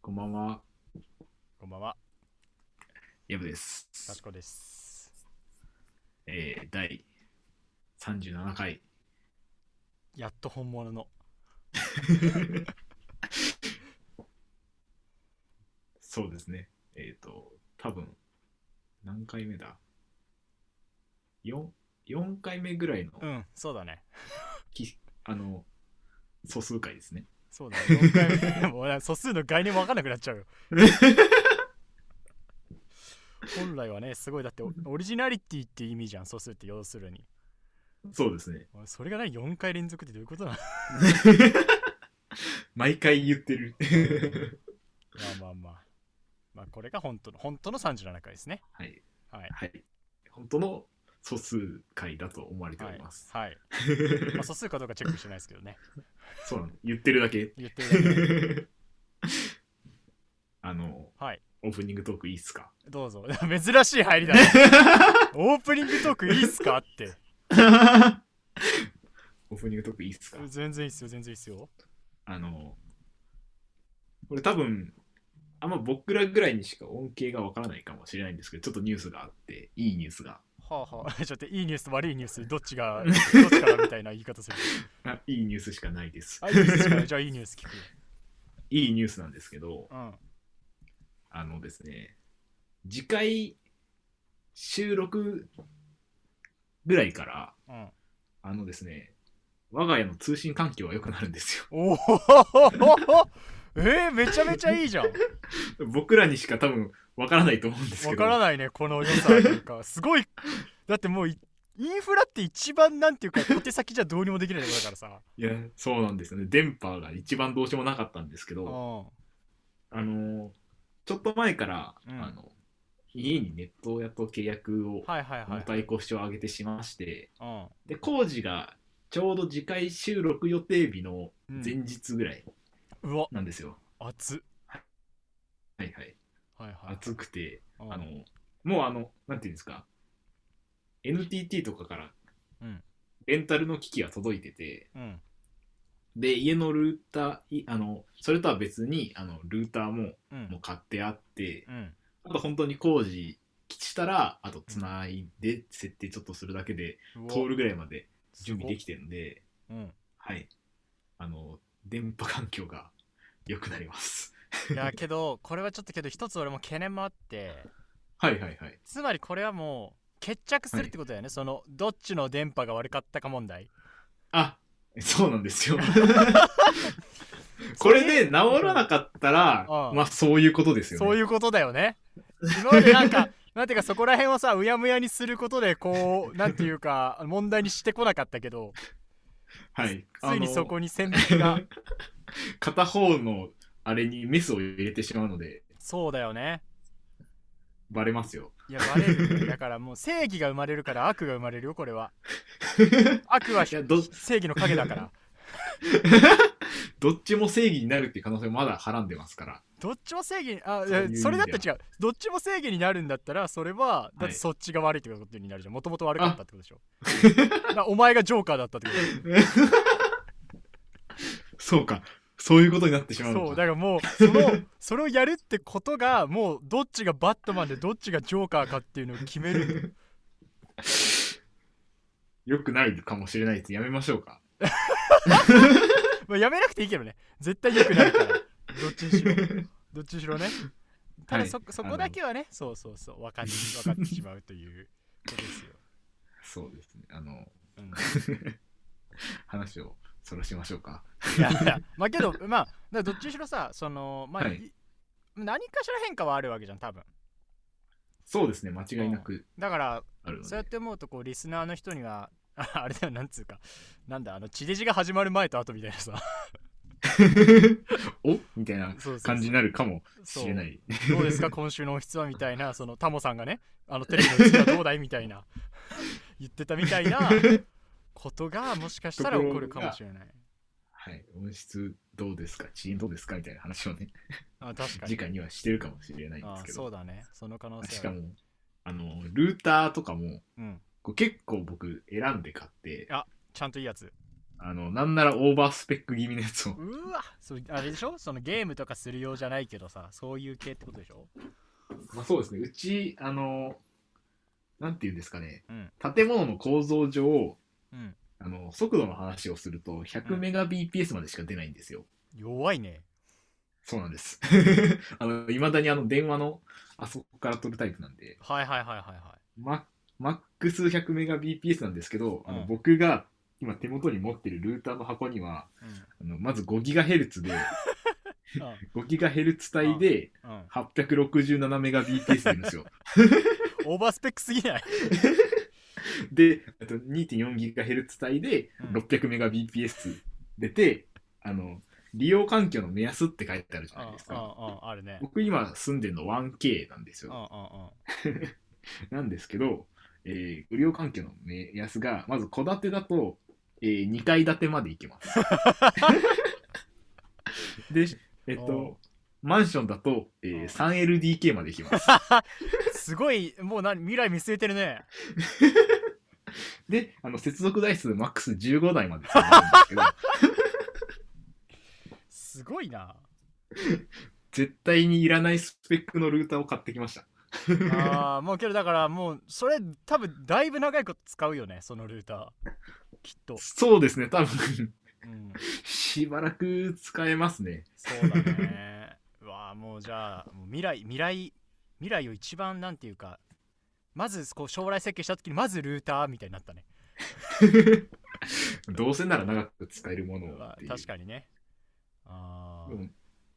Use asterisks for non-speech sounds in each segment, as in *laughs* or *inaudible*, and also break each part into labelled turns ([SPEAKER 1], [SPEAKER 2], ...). [SPEAKER 1] こんばんは。
[SPEAKER 2] こんばんは、
[SPEAKER 1] ヤブです。
[SPEAKER 2] タチコです。
[SPEAKER 1] えー、第37回。
[SPEAKER 2] やっと本物の。
[SPEAKER 1] そうですね。えっ、と、多分何回目だ ?4、4回目ぐらいの、
[SPEAKER 2] うん、そうだね。
[SPEAKER 1] きあの、素数回ですね。
[SPEAKER 2] そうだ *laughs* ね。4回目もうな素数の概念もわかんなくなっ *laughs* ちゃうよ。本来はね、すごい。だってオ、オリジナリティって意味じゃん、素数って要するに。
[SPEAKER 1] そうですね。
[SPEAKER 2] おいそれが何 ?4 回連続ってどういうことなの
[SPEAKER 1] 毎回言って *laughs* る。
[SPEAKER 2] まあまあまあ。まあ、これが本当の、本当の37回ですね。
[SPEAKER 1] はい。
[SPEAKER 2] はい。
[SPEAKER 1] はい。本当の素数回だと思われております。
[SPEAKER 2] はい。 *laughs* まあ、素数かどうかチェックしてないですけどね。
[SPEAKER 1] そうなの。言ってるだ *laughs* け。
[SPEAKER 2] 言ってる *laughs* だけで。
[SPEAKER 1] あの、
[SPEAKER 2] はい。
[SPEAKER 1] オープニングトークいいっすか
[SPEAKER 2] どうぞ。 *laughs* 珍しい入り *laughs* だね。オープニングトークいいっすかって。
[SPEAKER 1] *laughs* オープニングトークいいっすか
[SPEAKER 2] 全然いいっすよ、全然いいっすよ。
[SPEAKER 1] あの、これ多分、あんま僕らぐらいにしか恩恵がわからないかもしれないんですけど、ちょっとニュースがあって、いいニュースが。
[SPEAKER 2] はあはあ、 *laughs* ちょっといいニュースと悪いニ
[SPEAKER 1] *laughs*
[SPEAKER 2] ュース、どっちが、どっちからみたいな言い方する。
[SPEAKER 1] あいいニュースしかないです。
[SPEAKER 2] あ、いいニュースしかないじゃあいいニュース聞くよ。
[SPEAKER 1] *laughs* いいニュースなんですけど、
[SPEAKER 2] うん。
[SPEAKER 1] あのですね、次回収録ぐらいから、
[SPEAKER 2] うん。
[SPEAKER 1] あのですね、我が家の通信環境は良くなるんです
[SPEAKER 2] おおおえー、 *laughs* めちゃめちゃいいじゃん。
[SPEAKER 1] よ。僕らにしか多分わからないと思うんです
[SPEAKER 2] わ
[SPEAKER 1] けど。
[SPEAKER 2] からないね、この良さなんか。すごい。だってもうい、インフラって一番なんていうか、小手先じゃどうにもできないところだからさ。
[SPEAKER 1] いや、そうなんですよね。電波が一番どうしようもなかったんですけ
[SPEAKER 2] う
[SPEAKER 1] ど、
[SPEAKER 2] ん。
[SPEAKER 1] あのーちょっと前から、
[SPEAKER 2] うん
[SPEAKER 1] あの家にネット屋と契約を
[SPEAKER 2] はいはいは
[SPEAKER 1] の
[SPEAKER 2] い。
[SPEAKER 1] 対抗してを上げてしまして、
[SPEAKER 2] うん。
[SPEAKER 1] で工事がちょうど次回収録予定日の
[SPEAKER 2] うん
[SPEAKER 1] 前日ぐらいう
[SPEAKER 2] わ、
[SPEAKER 1] なんですよ。
[SPEAKER 2] 熱っ。
[SPEAKER 1] はいはい。
[SPEAKER 2] はいはい。
[SPEAKER 1] 暑くて、
[SPEAKER 2] うん
[SPEAKER 1] あのもうあの、なんていうんですか、NTT とかから
[SPEAKER 2] うん
[SPEAKER 1] レンタルの機器が届いてて、
[SPEAKER 2] うん。
[SPEAKER 1] で家のルーターいあの、それとは別にあのルーターも
[SPEAKER 2] う。
[SPEAKER 1] もうん買ってあって、
[SPEAKER 2] うん。
[SPEAKER 1] あと本当に工事したら、あと繋いで設定ちょっとするだけで、
[SPEAKER 2] うわ
[SPEAKER 1] 通るぐらいまで準備でき
[SPEAKER 2] す
[SPEAKER 1] てるんで、
[SPEAKER 2] ごっうん。
[SPEAKER 1] はい。あの、電波環境が良くなります。
[SPEAKER 2] いや、けど、これはちょっとけど、一つ俺も懸念もあって、
[SPEAKER 1] はいはいはい。
[SPEAKER 2] つまりこれはもう決着するってことだよね、そのどっちの電波が悪かったか問題
[SPEAKER 1] あ、そうなんですよ。
[SPEAKER 2] *laughs*
[SPEAKER 1] これで治らなかったら、
[SPEAKER 2] うん
[SPEAKER 1] まあそういうことですよね。
[SPEAKER 2] そういうことだよね今までなんか *laughs* なんていうかそこら辺をさうやむやにすることでこうなんていうか *laughs* 問題にしてこなかったけど
[SPEAKER 1] はい。
[SPEAKER 2] ついにそこ
[SPEAKER 1] に。
[SPEAKER 2] に線引きが
[SPEAKER 1] 片方のあれにメスを入れてしまうので、
[SPEAKER 2] そうだよね
[SPEAKER 1] バレますよ。
[SPEAKER 2] いやバレるよだからもう正義が生まれるから悪が生まれるよこ
[SPEAKER 1] *laughs*
[SPEAKER 2] れは悪はい
[SPEAKER 1] や、ど、
[SPEAKER 2] 正義の影だから
[SPEAKER 1] どっちも正義になるっていう可能性もまだはらんでますから。
[SPEAKER 2] どっちも正義にあ
[SPEAKER 1] そういう意味
[SPEAKER 2] いや
[SPEAKER 1] では
[SPEAKER 2] それだったら違うどっちも正義になるんだったらそれはだってそっちが悪いってことになるじゃんもともと悪かったってことでしょなお前がジョーカーだったってこと
[SPEAKER 1] *laughs*
[SPEAKER 2] でし
[SPEAKER 1] そうか。そういうことになってし
[SPEAKER 2] ょ
[SPEAKER 1] まうのか。
[SPEAKER 2] そうだからもうそのそれをやるってことがもうどっちがバットマンでどっちがジョーカーかっていうのを決める
[SPEAKER 1] よくないかもしれないってやめましょうか。
[SPEAKER 2] まあやめなくていいけどね絶対良くないからどっちにしろどっちにしろねただそ,、そこだけはねそうそうそう分かって分かってしまうということですよ、
[SPEAKER 1] そうですね。あの、
[SPEAKER 2] うん
[SPEAKER 1] *laughs* 話をそらしましょうか。
[SPEAKER 2] いやいや *laughs* まあけどまあだからどっちにしろさそのまあ、
[SPEAKER 1] はい
[SPEAKER 2] い何かしら変化はあるわけじゃん多分
[SPEAKER 1] そうですね。間違いなく
[SPEAKER 2] だから
[SPEAKER 1] あるの
[SPEAKER 2] そうやっ
[SPEAKER 1] で。
[SPEAKER 2] て思うとこうリスナーの人にはああれだよなんつうかなんだあの地デジが始まる前と後みたいなさ
[SPEAKER 1] *laughs* *laughs* おみたいな
[SPEAKER 2] そうそうそう
[SPEAKER 1] 感じになるかもしれな
[SPEAKER 2] そう
[SPEAKER 1] い。
[SPEAKER 2] どうで
[SPEAKER 1] *laughs*
[SPEAKER 2] すか今週の音質はみたいなそのタモさんがねあのテレビの音質はどうだいみたいな *laughs* 言ってたみたいなことがもしかしたら起こるかもしれない
[SPEAKER 1] はい。音質どうですか遅延どうですかみたいな話をね、
[SPEAKER 2] あ確かに
[SPEAKER 1] 次回にはしてるかもしれないんで
[SPEAKER 2] あ
[SPEAKER 1] すけ
[SPEAKER 2] そう
[SPEAKER 1] ど。
[SPEAKER 2] だねその可能性
[SPEAKER 1] し
[SPEAKER 2] は
[SPEAKER 1] かも、あの、ルーターとかも、
[SPEAKER 2] うん
[SPEAKER 1] こう結構僕選んで買って、
[SPEAKER 2] ちゃんといいやつ
[SPEAKER 1] あの、なんならオーバースペック気味のやつを。
[SPEAKER 2] うわそれあれでしょそのゲームとかするようじゃないけどさそういう系ってことでしょ
[SPEAKER 1] まあそうですね。うち、あの、なんていうんですかね。
[SPEAKER 2] うん
[SPEAKER 1] 建物の構造上、
[SPEAKER 2] うん
[SPEAKER 1] あの、速度の話をすると 100Mbps までしか出ないんですよ。
[SPEAKER 2] 弱いね
[SPEAKER 1] そうなんです。 *laughs* あの、いまだにあの、電話の、あそこから取るタイプなんで、
[SPEAKER 2] はいはいはいはい
[SPEAKER 1] マ
[SPEAKER 2] は
[SPEAKER 1] マックス 100Mbps なんですけど、あ
[SPEAKER 2] う
[SPEAKER 1] の
[SPEAKER 2] ん
[SPEAKER 1] 僕が今手元に持ってるルーターの箱には、
[SPEAKER 2] い
[SPEAKER 1] あのまず 5GHz で、
[SPEAKER 2] うん
[SPEAKER 1] 5GHz 帯で
[SPEAKER 2] うん、うん、
[SPEAKER 1] 867Mbps なんですよ。
[SPEAKER 2] オーバースペックすぎない、
[SPEAKER 1] で、あと 2.4GHz 帯で
[SPEAKER 2] うん
[SPEAKER 1] 600Mbps 出て、あの、利用環境の目安って書いてあるじゃ
[SPEAKER 2] うん
[SPEAKER 1] な
[SPEAKER 2] う
[SPEAKER 1] んいうですか。
[SPEAKER 2] んあるね
[SPEAKER 1] 僕今住んでるの 1K なんです
[SPEAKER 2] うん
[SPEAKER 1] よ
[SPEAKER 2] う。んうん
[SPEAKER 1] なんですけど、えー、利用環境の目安が、まず戸建てだと、えー、2階建てまで行け
[SPEAKER 2] *laughs*
[SPEAKER 1] ます。で、えっ
[SPEAKER 2] おう
[SPEAKER 1] と、マンションだと、え
[SPEAKER 2] うん
[SPEAKER 1] ー、3LDK まで行き
[SPEAKER 2] *laughs*
[SPEAKER 1] ます。
[SPEAKER 2] すごいもう何未来見据えてるね
[SPEAKER 1] で、あの、接続台数マックス15台まで行るんですけど、
[SPEAKER 2] すごいな
[SPEAKER 1] 絶対にいらないスペックのルーターを買ってきました。
[SPEAKER 2] あーもうけどだからもうそれ多分だいぶ長いこと使うよねそのルーターきっと、
[SPEAKER 1] そうですね、多分、 *laughs*
[SPEAKER 2] うん、
[SPEAKER 1] しばらく使えますね。
[SPEAKER 2] そうだねうわあもうじゃあもう未来未来未来を一番なんていうかまずこう将来設計した時にまずルーターみたいになったね
[SPEAKER 1] どうせなら長く使えるものを
[SPEAKER 2] うわ
[SPEAKER 1] っていう。
[SPEAKER 2] 確かにねあー、
[SPEAKER 1] うん、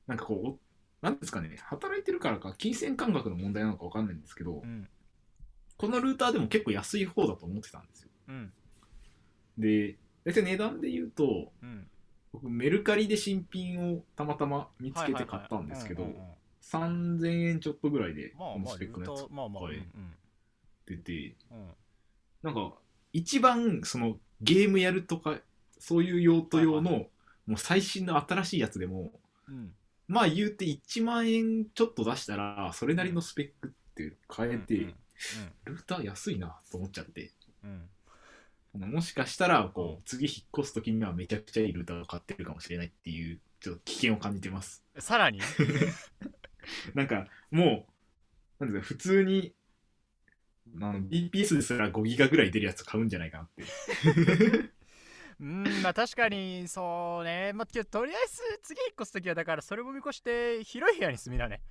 [SPEAKER 1] なんかこうお、なんですかね、働いてるからか、金銭感覚の問題なのかわかんないんですけど、
[SPEAKER 2] うん
[SPEAKER 1] このルーターでも結構安い方だと思ってたんですよ。
[SPEAKER 2] うん
[SPEAKER 1] で、大体値段で言うと、
[SPEAKER 2] うん
[SPEAKER 1] 僕、メルカリで新品をたまたま見つけて買ったんですけど
[SPEAKER 2] はい、はいはい
[SPEAKER 1] 3000円ちょっとぐらいで、
[SPEAKER 2] うんう
[SPEAKER 1] この
[SPEAKER 2] んうんまあまあ
[SPEAKER 1] スペ
[SPEAKER 2] ル
[SPEAKER 1] ックの
[SPEAKER 2] ータ
[SPEAKER 1] やつ
[SPEAKER 2] ーまあまあ、
[SPEAKER 1] はい
[SPEAKER 2] うん
[SPEAKER 1] 出て、
[SPEAKER 2] うんうん
[SPEAKER 1] なんか、一番、その、ゲームやるとか、そういう用途用の、もう最新の新しいやつでも、
[SPEAKER 2] うん
[SPEAKER 1] まあ言うて1万円ちょっと出したら、それなりのスペックって変えて、
[SPEAKER 2] うん
[SPEAKER 1] ルーター安いなと思っちゃって、
[SPEAKER 2] うん
[SPEAKER 1] もしかしたら、
[SPEAKER 2] う
[SPEAKER 1] こ
[SPEAKER 2] ん
[SPEAKER 1] う、次引っ越すときにはめちゃくちゃいいルーターを買ってるかもしれないっていう、ちょっと危険を感じてます。
[SPEAKER 2] うんさらに *laughs*
[SPEAKER 1] なんか、もう、なんですか、普通に、あの、BPS ですら5ギガぐらい出るやつ買うんじゃないかなって。
[SPEAKER 2] うんまあ確かにそうねまあけどとりあえず次引っ越す時はだからそれも見越して広い部屋に住みなね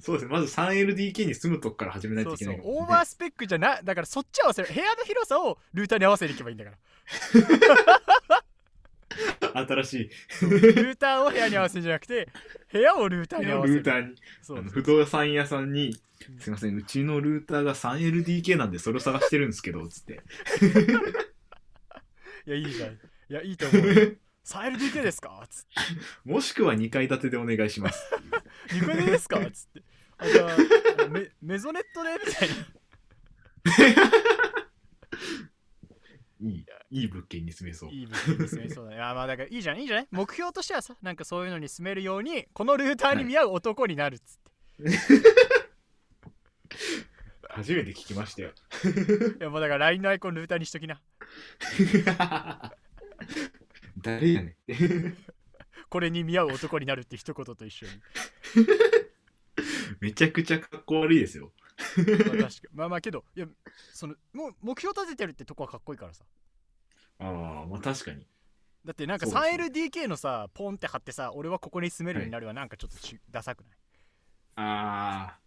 [SPEAKER 1] そうですね、まず 3LDK に住むとこから始めない
[SPEAKER 2] そ
[SPEAKER 1] と
[SPEAKER 2] う
[SPEAKER 1] いけ
[SPEAKER 2] そ
[SPEAKER 1] な
[SPEAKER 2] う
[SPEAKER 1] いかも *laughs*
[SPEAKER 2] オーバースペックじゃないだからそっち合わせる部屋の広さをルーターに合わせにいけばいいんだから
[SPEAKER 1] *laughs* 新しい、
[SPEAKER 2] ルーターを部屋に合わせるんじゃなくて部屋をルーターに合わせ
[SPEAKER 1] ル
[SPEAKER 2] る
[SPEAKER 1] ーターに、
[SPEAKER 2] そう
[SPEAKER 1] あの
[SPEAKER 2] そ
[SPEAKER 1] 不
[SPEAKER 2] う
[SPEAKER 1] 動産屋さんに
[SPEAKER 2] うん、
[SPEAKER 1] すいません、うちのルーターが 3LDK なんでそれを探してるんですけど、つって。
[SPEAKER 2] いやいいじゃんいやいいと思う
[SPEAKER 1] *laughs*
[SPEAKER 2] よ 3LDK ですかつっ
[SPEAKER 1] もしくは2階建てでお願いします。
[SPEAKER 2] *laughs* て2個目ですかつってあじゃああのメメゾネットでみたいない
[SPEAKER 1] い、いい物件に住めそう。
[SPEAKER 2] いい物件に住めそうだねあまあだからいいじゃんいいじゃない目標としてはさなんかそういうのに住めるようにこのルーターに見合う男になるっつって、
[SPEAKER 1] 初めて聞きましたよ。 *laughs*
[SPEAKER 2] い、やもうだから LINE のアイコンルーターにしときな
[SPEAKER 1] 誰やねん。
[SPEAKER 2] これに見合う男になるって一言と一緒に
[SPEAKER 1] めちゃくちゃかっこ悪いですよ。
[SPEAKER 2] まあ確かまあまあけどいやそのもう目標立ててるってとこはかっこいいからさ
[SPEAKER 1] ああ、まあ確かに。
[SPEAKER 2] だってなんか
[SPEAKER 1] そうそう
[SPEAKER 2] 3LDK のさポンって貼ってさ俺はここに住めるようになるはなんかちょっとちダサくない
[SPEAKER 1] ああ。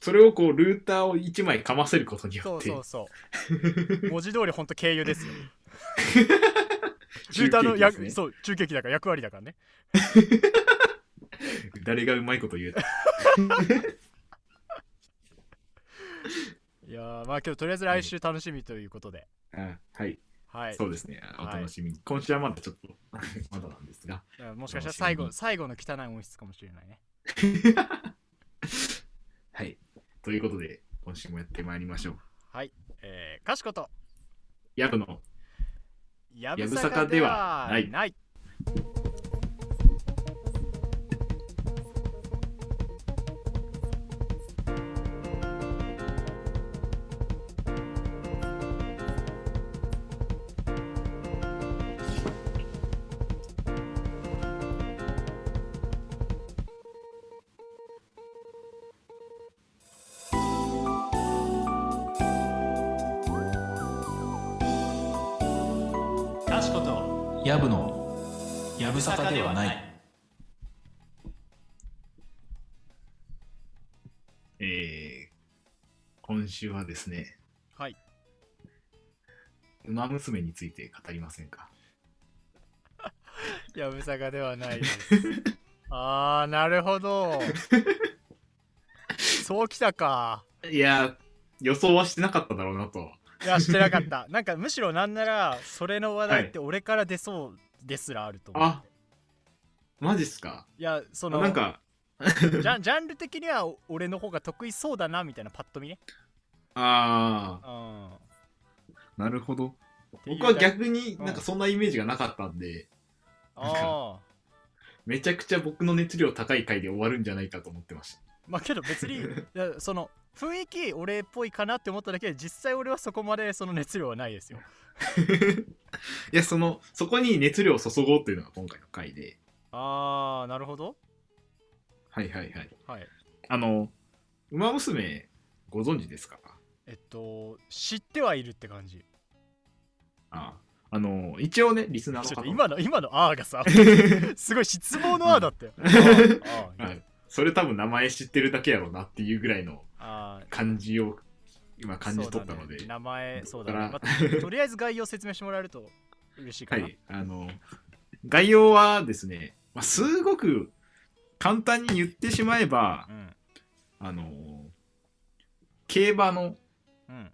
[SPEAKER 1] それをこう、ルーターを1枚かませることに
[SPEAKER 2] そ
[SPEAKER 1] よっ
[SPEAKER 2] う
[SPEAKER 1] て、
[SPEAKER 2] そうそう文字通りほんと経由
[SPEAKER 1] *laughs*
[SPEAKER 2] ですよ
[SPEAKER 1] 中
[SPEAKER 2] 中
[SPEAKER 1] 継機
[SPEAKER 2] ーの役、
[SPEAKER 1] ですね
[SPEAKER 2] そう中継機だから役割だからね
[SPEAKER 1] *laughs* 誰がうまいこと言うか。
[SPEAKER 2] いやーまあけどとりあえず来週楽しみということで、
[SPEAKER 1] うんはい、
[SPEAKER 2] はい
[SPEAKER 1] そうですね。お
[SPEAKER 2] はい
[SPEAKER 1] 楽しみに。今週はまだちょっと、 *laughs* まだなんですが。
[SPEAKER 2] もしかしたら最後
[SPEAKER 1] 楽
[SPEAKER 2] 最後の汚い音質かもしれないね
[SPEAKER 1] はい。ということで、今週もやってまいりましょう。
[SPEAKER 2] はいえー、かしこと
[SPEAKER 1] ヤブの
[SPEAKER 2] や
[SPEAKER 1] ぶ
[SPEAKER 2] ぶ
[SPEAKER 1] さ
[SPEAKER 2] さ
[SPEAKER 1] か
[SPEAKER 2] か
[SPEAKER 1] で
[SPEAKER 2] で
[SPEAKER 1] は
[SPEAKER 2] は
[SPEAKER 1] ない
[SPEAKER 2] ない
[SPEAKER 3] やぶのやぶさかではない
[SPEAKER 1] えー、今週はですね、
[SPEAKER 2] はい。
[SPEAKER 1] ウマ娘について語りませんか。
[SPEAKER 2] やぶさかではない
[SPEAKER 1] *laughs*
[SPEAKER 2] です。あー、なるほど。そうきたか。
[SPEAKER 1] いや、予想はしてなかっただろうなと。
[SPEAKER 2] いや、してなか
[SPEAKER 1] *laughs*
[SPEAKER 2] った。なんかむしろなんなら、それの話題って俺から出そうですらあると思う。
[SPEAKER 1] あマジっすか
[SPEAKER 2] いや、そ
[SPEAKER 1] あ
[SPEAKER 2] の
[SPEAKER 1] なんか、
[SPEAKER 2] ジャン、ジャンル的にはお俺の方が得意そうだなみたいなパッと見ね。
[SPEAKER 1] あ
[SPEAKER 2] うん。
[SPEAKER 1] ー、なるほど。
[SPEAKER 2] っていう
[SPEAKER 1] 僕は逆になんかそんなイメージがなかったんで、
[SPEAKER 2] ああ。
[SPEAKER 1] めちゃくちゃ僕の熱量高い回で終わるんじゃないかと思ってました。
[SPEAKER 2] まあけど別
[SPEAKER 1] *laughs*
[SPEAKER 2] に、いやその、雰囲気俺っぽいかなって思っただけで、実際俺はそこまでその熱量はないですよ。
[SPEAKER 1] いや、その、そこに熱量を注ごうというのが今回の回で。
[SPEAKER 2] あー、なるほど。
[SPEAKER 1] はいはいはい。
[SPEAKER 2] はい。
[SPEAKER 1] あの、ウマ娘、ご存知ですか
[SPEAKER 2] えっと、知ってはいるって感じ。
[SPEAKER 1] ああの、一応ね、リスナー
[SPEAKER 2] ちょ
[SPEAKER 1] の
[SPEAKER 2] っと
[SPEAKER 1] 方
[SPEAKER 2] 今の、今のあー
[SPEAKER 1] *laughs*
[SPEAKER 2] がさ、すごい失望のあーだったよ。あーあー
[SPEAKER 1] はいそれ多分名前知ってるだけやろうなっていうぐらいの
[SPEAKER 2] あー
[SPEAKER 1] 感じを今感じ取ったの
[SPEAKER 2] そうだ
[SPEAKER 1] で、
[SPEAKER 2] ね名前、そうだね。
[SPEAKER 1] だ
[SPEAKER 2] ま
[SPEAKER 1] か
[SPEAKER 2] あとりあえず概要説明してもらえると嬉しいか
[SPEAKER 1] は
[SPEAKER 2] な。
[SPEAKER 1] い、あの、概要はですね、まあ、すごく簡単に言ってしまえば
[SPEAKER 2] う、ん。
[SPEAKER 1] あの、競馬の
[SPEAKER 2] うん。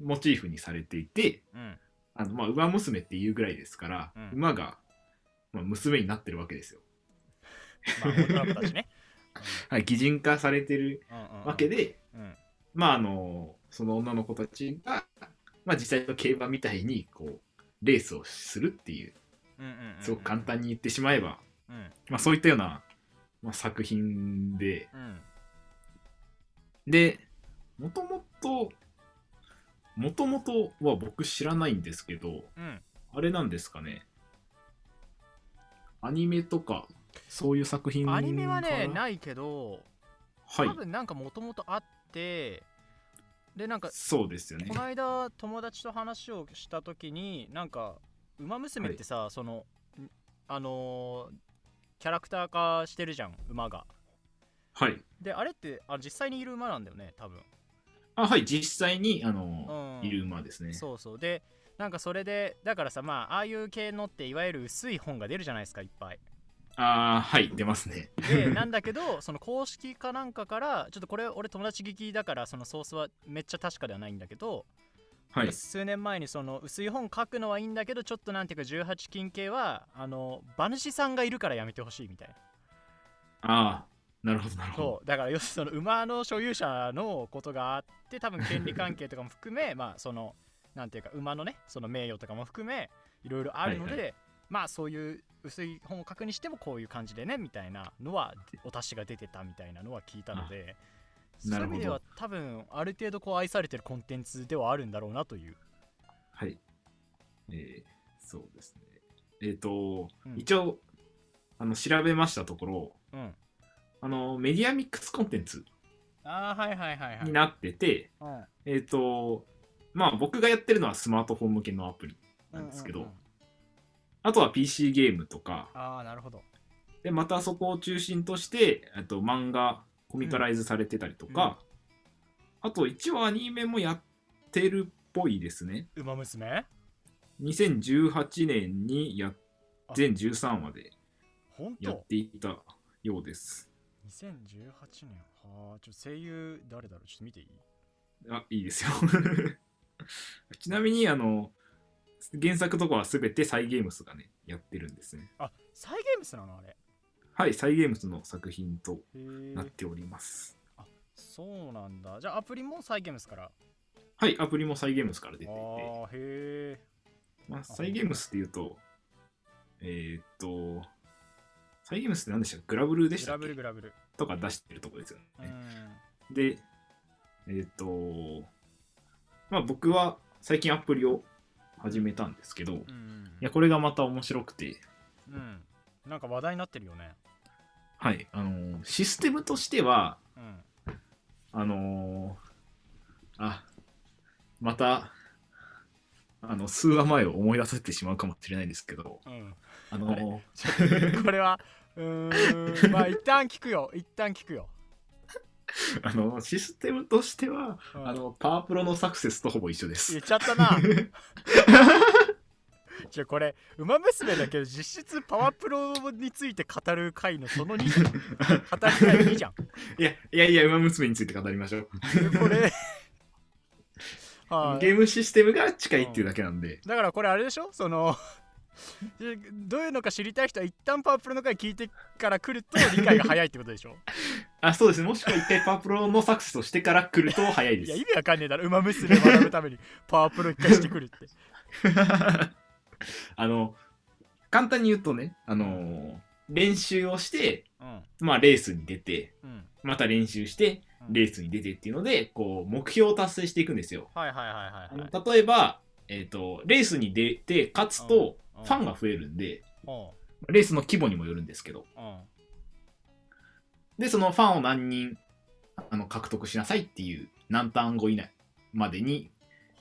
[SPEAKER 1] モチーフにされていて、
[SPEAKER 2] うん。
[SPEAKER 1] あのまあ、馬娘っていうぐらいですから、
[SPEAKER 2] うん
[SPEAKER 1] 馬が、まあ、娘になってるわけですよ。
[SPEAKER 2] まあ、女の子たちね。
[SPEAKER 1] *laughs* はい、擬人化されてるわ
[SPEAKER 2] わ
[SPEAKER 1] け、で、
[SPEAKER 2] うん
[SPEAKER 1] まあ、あのその女の子たちが、まあ、実際の競馬みたいにこうレースをするっていうすごく簡単
[SPEAKER 2] に、
[SPEAKER 1] に言ってしまえば、
[SPEAKER 2] うん
[SPEAKER 1] まあ、そういったような、まあ、作品で
[SPEAKER 2] うん
[SPEAKER 1] でもともともともとは僕知らないんですけど
[SPEAKER 2] うん、
[SPEAKER 1] あれなんですかねアニメとかそういう作品
[SPEAKER 2] アニメはね
[SPEAKER 1] から
[SPEAKER 2] ないけど
[SPEAKER 1] は
[SPEAKER 2] 多
[SPEAKER 1] い
[SPEAKER 2] 分なんかもともとあって、でなんか
[SPEAKER 1] そうですよね
[SPEAKER 2] この間友達と話をした時になんか「ウマ娘」ってさ、そのんあのーキャラクター化してるじゃん馬が
[SPEAKER 1] はい
[SPEAKER 2] であれってあ実際にいる馬なんだよね多分
[SPEAKER 1] あはい実際にあの、
[SPEAKER 2] うん
[SPEAKER 1] いる馬ですね
[SPEAKER 2] そうそうでなんかそれでだからさまあああいう系のっていわゆる薄い本が出るじゃないですかいっぱい
[SPEAKER 1] ああはい出ますね *laughs*
[SPEAKER 2] でなんだけどその公式かなんかからちょっとこれ俺友達聞きだからそのソースはめっちゃ確かではないんだけど、
[SPEAKER 1] はい
[SPEAKER 2] 数年前にその薄い本書くのはいいんだけどちょっとなんていうか18禁系はあの馬主さんがいるからやめてほしいみたいな
[SPEAKER 1] ああなるほどなるほど
[SPEAKER 2] そうだから要するにその馬の所有者のことがあって多分権利関係とかも
[SPEAKER 1] *laughs*
[SPEAKER 2] 含めまあそのなんていうか馬のねその名誉とかも含めいろいろあるので、
[SPEAKER 1] はい
[SPEAKER 2] まあそういう薄い本を書くにしてもこういう感じでねみたいなのはお達しが出てたみたいなのは聞いたので
[SPEAKER 1] あ
[SPEAKER 2] そういう意味で
[SPEAKER 1] な
[SPEAKER 2] は
[SPEAKER 1] る
[SPEAKER 2] 多分ある程度こう愛されてるコンテンツではあるんだろうなという
[SPEAKER 1] はいえー、そうですねえっ、と、
[SPEAKER 2] うん
[SPEAKER 1] 一応あの調べましたところ
[SPEAKER 2] うん
[SPEAKER 1] あのメディアミックスコンテンツ
[SPEAKER 2] ああはいはいはいはい
[SPEAKER 1] になってて、
[SPEAKER 2] うんうん
[SPEAKER 1] えっ、とまあ僕がやってるのはスマートフォン向けのアプリ
[SPEAKER 2] う
[SPEAKER 1] なん
[SPEAKER 2] うんん
[SPEAKER 1] ですけど、あとは PC ゲームとか
[SPEAKER 2] ああなるほど
[SPEAKER 1] でまたそこを中心としてあと漫画コミカライズされてたりとか、あと一応アニメもやってるっぽいですね
[SPEAKER 2] 馬娘
[SPEAKER 1] 2018年にや
[SPEAKER 2] あ
[SPEAKER 1] 全13話で
[SPEAKER 2] 本
[SPEAKER 1] や
[SPEAKER 2] 当
[SPEAKER 1] っていたようです
[SPEAKER 2] 2018年はあちょっと声優誰だろうちょっと見ていい
[SPEAKER 1] あいいですよ *laughs* ちなみにあの原作とかは全てサイ・ゲームスがねやってるんですね
[SPEAKER 2] あサイゲームスなのあれへ
[SPEAKER 1] はいサイ・ゲームスの作品と
[SPEAKER 2] え
[SPEAKER 1] なっております
[SPEAKER 2] そうなんだじゃあアプリもサイゲームスから
[SPEAKER 1] はいアプリもサイ・ゲームスから出てい
[SPEAKER 2] あ
[SPEAKER 1] て
[SPEAKER 2] ーへえ
[SPEAKER 1] まあ、サイ・ゲームスっていうと、えーっと、サイ・ゲームスって何でしたっけグラブルでし
[SPEAKER 2] グ
[SPEAKER 1] た
[SPEAKER 2] ラ
[SPEAKER 1] っ
[SPEAKER 2] ブル
[SPEAKER 1] け
[SPEAKER 2] グラブル
[SPEAKER 1] とか出してるとこですよ
[SPEAKER 2] う
[SPEAKER 1] ね。
[SPEAKER 2] ん
[SPEAKER 1] で、えーっと、まあ僕は最近アプリを始めたんですけど、い
[SPEAKER 2] うん
[SPEAKER 1] や、これがまた面白くて、
[SPEAKER 2] うんなんか話題になってるよね
[SPEAKER 1] はい、あのーシステムとしては、 *laughs*
[SPEAKER 2] うん *laughs*
[SPEAKER 1] あのーあ、また、あの数話前を思い出させてしまうかもしれないんですけど
[SPEAKER 2] うん、
[SPEAKER 1] あ
[SPEAKER 2] あれ
[SPEAKER 1] の
[SPEAKER 2] これはうーんまあ一旦聞くよ一旦聞くよ、
[SPEAKER 1] *laughs* あのシステムとしては
[SPEAKER 2] うん
[SPEAKER 1] あのパワープロのサクセスとほぼ一緒です
[SPEAKER 2] 言っちゃったな *laughs* じゃあこれ「ウマ娘」だけど実質パワープロについて語る回のその2じゃん語る回の2じゃん
[SPEAKER 1] いやいやいや馬娘について語りましょう
[SPEAKER 2] これはい
[SPEAKER 1] ゲームシステムが近いっていうだけなんで
[SPEAKER 2] だからこれあれでしょそのどういうのか知りたい人は一旦パワープロの回聞いてから来ると理解が早いってことでし *laughs* ょ
[SPEAKER 1] あそうですねもしくは一回パワープロのサクセスをしてから来ると早いで
[SPEAKER 2] い
[SPEAKER 1] す
[SPEAKER 2] や意味わかんねえだろ馬娘を学ぶためにパワープロ一回してくるって
[SPEAKER 1] *laughs* あの簡単に言うとね、あのー練習をして、
[SPEAKER 2] うん
[SPEAKER 1] まあ、レースに出て
[SPEAKER 2] うん
[SPEAKER 1] また練習して
[SPEAKER 2] うん
[SPEAKER 1] レースに出てっていうのでこう目標を達成していくんですよ。
[SPEAKER 2] はいはいはいはいはい
[SPEAKER 1] あの例えば、えー、とレースに出て勝つと
[SPEAKER 2] うん
[SPEAKER 1] ファンが増えるんで
[SPEAKER 2] うん
[SPEAKER 1] レースの規模にもよるんですけど
[SPEAKER 2] うん
[SPEAKER 1] でそのファンを何人あの獲得しなさいっていう何ターン後以内までに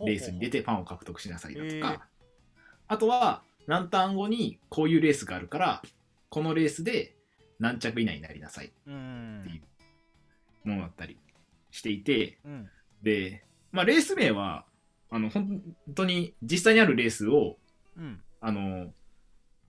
[SPEAKER 1] レースに出てファンを獲得しなさいだとか、
[SPEAKER 2] へー
[SPEAKER 1] あとは何ターン後にこういうレースがあるからこのレースで何着以内になりなさいっ
[SPEAKER 2] うん
[SPEAKER 1] ていうものだったりしていて
[SPEAKER 2] うん
[SPEAKER 1] で、まあ、レース名はあの本当に実際にあるレースを
[SPEAKER 2] うん
[SPEAKER 1] あの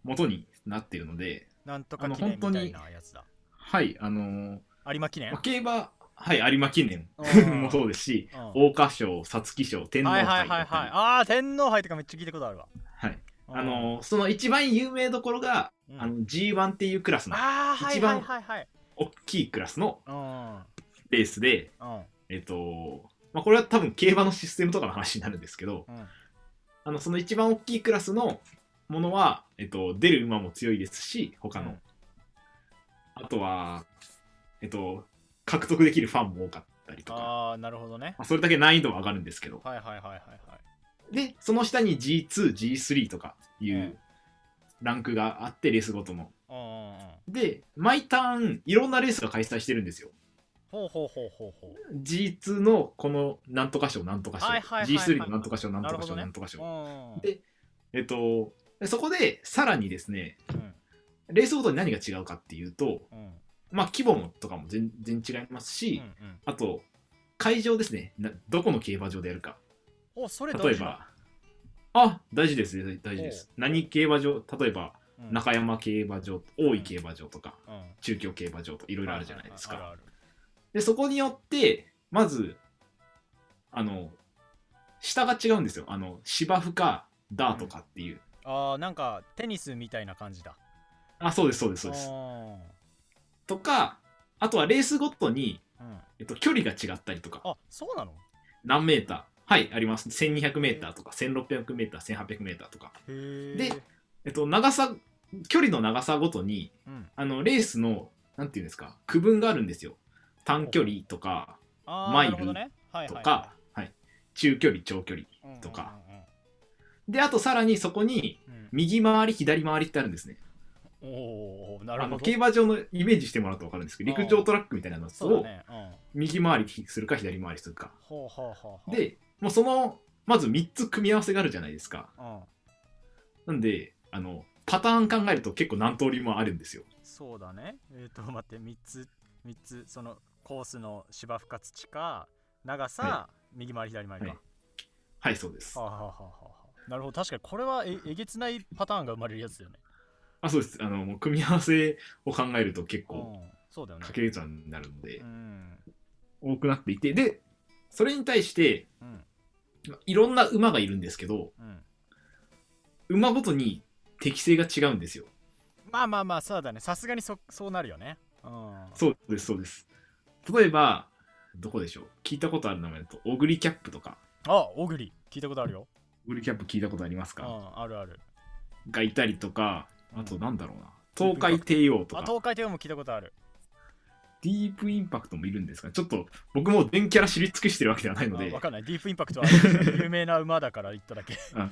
[SPEAKER 1] 元になっているので
[SPEAKER 2] なんとか記念みたいなやつだ
[SPEAKER 1] はいあの
[SPEAKER 2] 有馬記念
[SPEAKER 1] まあ競馬はい有馬記念
[SPEAKER 2] あー
[SPEAKER 1] もそうですし
[SPEAKER 2] うん
[SPEAKER 1] 桜花賞皐月賞天皇
[SPEAKER 2] はい
[SPEAKER 1] 杯だったり
[SPEAKER 2] はいはいはいああ天皇杯とかめっちゃ聞いたことあるわ
[SPEAKER 1] はい
[SPEAKER 2] うん
[SPEAKER 1] あのその一番有名どころが、
[SPEAKER 2] うん
[SPEAKER 1] あの G1 っていうクラスの
[SPEAKER 2] あーはい
[SPEAKER 1] 一
[SPEAKER 2] はい
[SPEAKER 1] 番
[SPEAKER 2] はいはい
[SPEAKER 1] 大きいクラスの
[SPEAKER 2] うん
[SPEAKER 1] レースで、
[SPEAKER 2] うん
[SPEAKER 1] えっとまあ、これは多分競馬のシステムとかの話になるんですけど
[SPEAKER 2] うん
[SPEAKER 1] あのその一番大きいクラスのものは、えっと、出る馬も強いですし他の、
[SPEAKER 2] うん
[SPEAKER 1] あとは、えっと、獲得できるファンも多かったりとか
[SPEAKER 2] ああなるほどね
[SPEAKER 1] まあ、それだけ難易度は上がるんですけど
[SPEAKER 2] はいはいはいはいはい
[SPEAKER 1] でその下に G2G3 とかい
[SPEAKER 2] は
[SPEAKER 1] う
[SPEAKER 2] い
[SPEAKER 1] ランクがあってレースごとの
[SPEAKER 2] うんうんうん
[SPEAKER 1] で毎ターンいろんなレースが開催してるんですよ
[SPEAKER 2] ほうほうほうほうほ
[SPEAKER 1] G2 のこのなんとか賞なんとか賞、
[SPEAKER 2] はいはいはいはい
[SPEAKER 1] G3 のなんとか賞なんとか賞
[SPEAKER 2] な
[SPEAKER 1] な
[SPEAKER 2] る
[SPEAKER 1] んとか賞、
[SPEAKER 2] ううんうん
[SPEAKER 1] でえっとでそこでさらにですね
[SPEAKER 2] うん
[SPEAKER 1] レースごとに何が違うかっていうと
[SPEAKER 2] うん
[SPEAKER 1] まあ規模もとかも全全然違いますし、
[SPEAKER 2] うんうん
[SPEAKER 1] あと会場ですねなどこの競馬場でやるか
[SPEAKER 2] おそれ
[SPEAKER 1] 例えばあ大事です大事です何競馬場例えば中山競馬場大井競馬場とか
[SPEAKER 2] い
[SPEAKER 1] 中京競馬場といろいろあるじゃないですか、
[SPEAKER 2] ある
[SPEAKER 1] でそこによってまずあの下が違うんですよあの芝生かダートかっていう、
[SPEAKER 2] あるあーなんかテニスみたいな感じだ
[SPEAKER 1] あそうですそうですそうです
[SPEAKER 2] あ
[SPEAKER 1] とかあとはレースごとに、
[SPEAKER 2] ーうん
[SPEAKER 1] えっと、距離が違ったりとか
[SPEAKER 2] あそうなの
[SPEAKER 1] 何メーターはいあります 1200m とか 1600m1800m とか、
[SPEAKER 2] へえ
[SPEAKER 1] でえっと、長さ距離の長さごとに
[SPEAKER 2] うん
[SPEAKER 1] あのレースのなんていうんですか区分があるんですよ短距離とか
[SPEAKER 2] あー
[SPEAKER 1] マイル
[SPEAKER 2] なるほどねはい
[SPEAKER 1] と
[SPEAKER 2] はい
[SPEAKER 1] か、はい、中距離長距離
[SPEAKER 2] うんうんうん
[SPEAKER 1] とかであとさらにそこに
[SPEAKER 2] うん
[SPEAKER 1] 右回り左回りってあるんですね
[SPEAKER 2] おおなる
[SPEAKER 1] あ
[SPEAKER 2] ほ
[SPEAKER 1] の
[SPEAKER 2] ど
[SPEAKER 1] 競馬場のイメージしてもらうと分かるんですけど
[SPEAKER 2] あー
[SPEAKER 1] 陸上トラックみたいなの
[SPEAKER 2] そう
[SPEAKER 1] を
[SPEAKER 2] だねうん
[SPEAKER 1] 右回りするか左回りするか
[SPEAKER 2] ほうほうほうほう
[SPEAKER 1] でもうそのまず3つ組み合わせがあるじゃないですか
[SPEAKER 2] うん
[SPEAKER 1] なんであのパターン考えると結構何通りもあるんですよ
[SPEAKER 2] そうだね。えっ、と、待って、3つ、三つ、そのコースの芝生か土か、長さ、
[SPEAKER 1] は
[SPEAKER 2] 右回り左回りか。
[SPEAKER 1] はいはいそうです
[SPEAKER 2] はあ、はあはあはあなるほど、確かにこれはええげつないパターンが生まれるやつだよね。
[SPEAKER 1] あそうですあのもう組み合わせを考えると結構
[SPEAKER 2] うん、そうだよね
[SPEAKER 1] 掛。け算になるので
[SPEAKER 2] うん。
[SPEAKER 1] 多くなっていてでそれに対して
[SPEAKER 2] うん。
[SPEAKER 1] いろんな馬がいるんですけど
[SPEAKER 2] うん。
[SPEAKER 1] 馬ごとに適性が違うんですよ
[SPEAKER 2] まあまあまあ、そうだね。さすがにそそうなるよね。うん。
[SPEAKER 1] そうです、そうです。例えば、どこでしょう聞いたことある名前だと、オグリキャップとか、
[SPEAKER 2] あ、小栗、聞いたことあるよ。
[SPEAKER 1] オグリキャップ聞いたことあります
[SPEAKER 2] う
[SPEAKER 1] か
[SPEAKER 2] ん、あるある。
[SPEAKER 1] がいたりとか、あと
[SPEAKER 2] うん
[SPEAKER 1] なんだろうな、東海帝王と
[SPEAKER 2] あ、
[SPEAKER 1] か、
[SPEAKER 2] 東海帝王も聞いたことある。
[SPEAKER 1] ディープインパクトもいるんですかちょっと僕も全キャラ知り尽くしてるわけではない
[SPEAKER 2] あ
[SPEAKER 1] ので
[SPEAKER 2] わ、かんない。ディープインパクトは有名な馬だから言っただけ。
[SPEAKER 1] *laughs* そう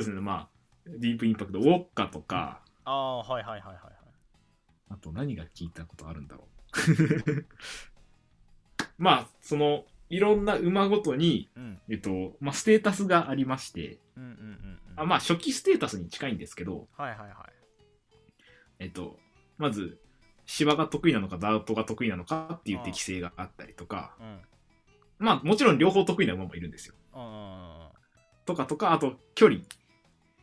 [SPEAKER 1] ですね、まあ、ディープインパクト、ウォッカとか、
[SPEAKER 2] ああ、はいはいはいはいはい。
[SPEAKER 1] あ *laughs* と何が聞いたことあるんだろう。まあ、その、いろんな馬ごとに、
[SPEAKER 2] うん
[SPEAKER 1] えっとまあ、ステータスがありまして、
[SPEAKER 2] うんうんうんうん
[SPEAKER 1] あまあ、初期ステータスに近いんですけど、
[SPEAKER 2] はいはいはい
[SPEAKER 1] えっと、まず芝が得意なのかダートが得意なのかっていう適性があったりとか、
[SPEAKER 2] うん
[SPEAKER 1] まあもちろん両方得意な馬もいるんですよ。
[SPEAKER 2] うんうんうんうん
[SPEAKER 1] とかとかあと距離。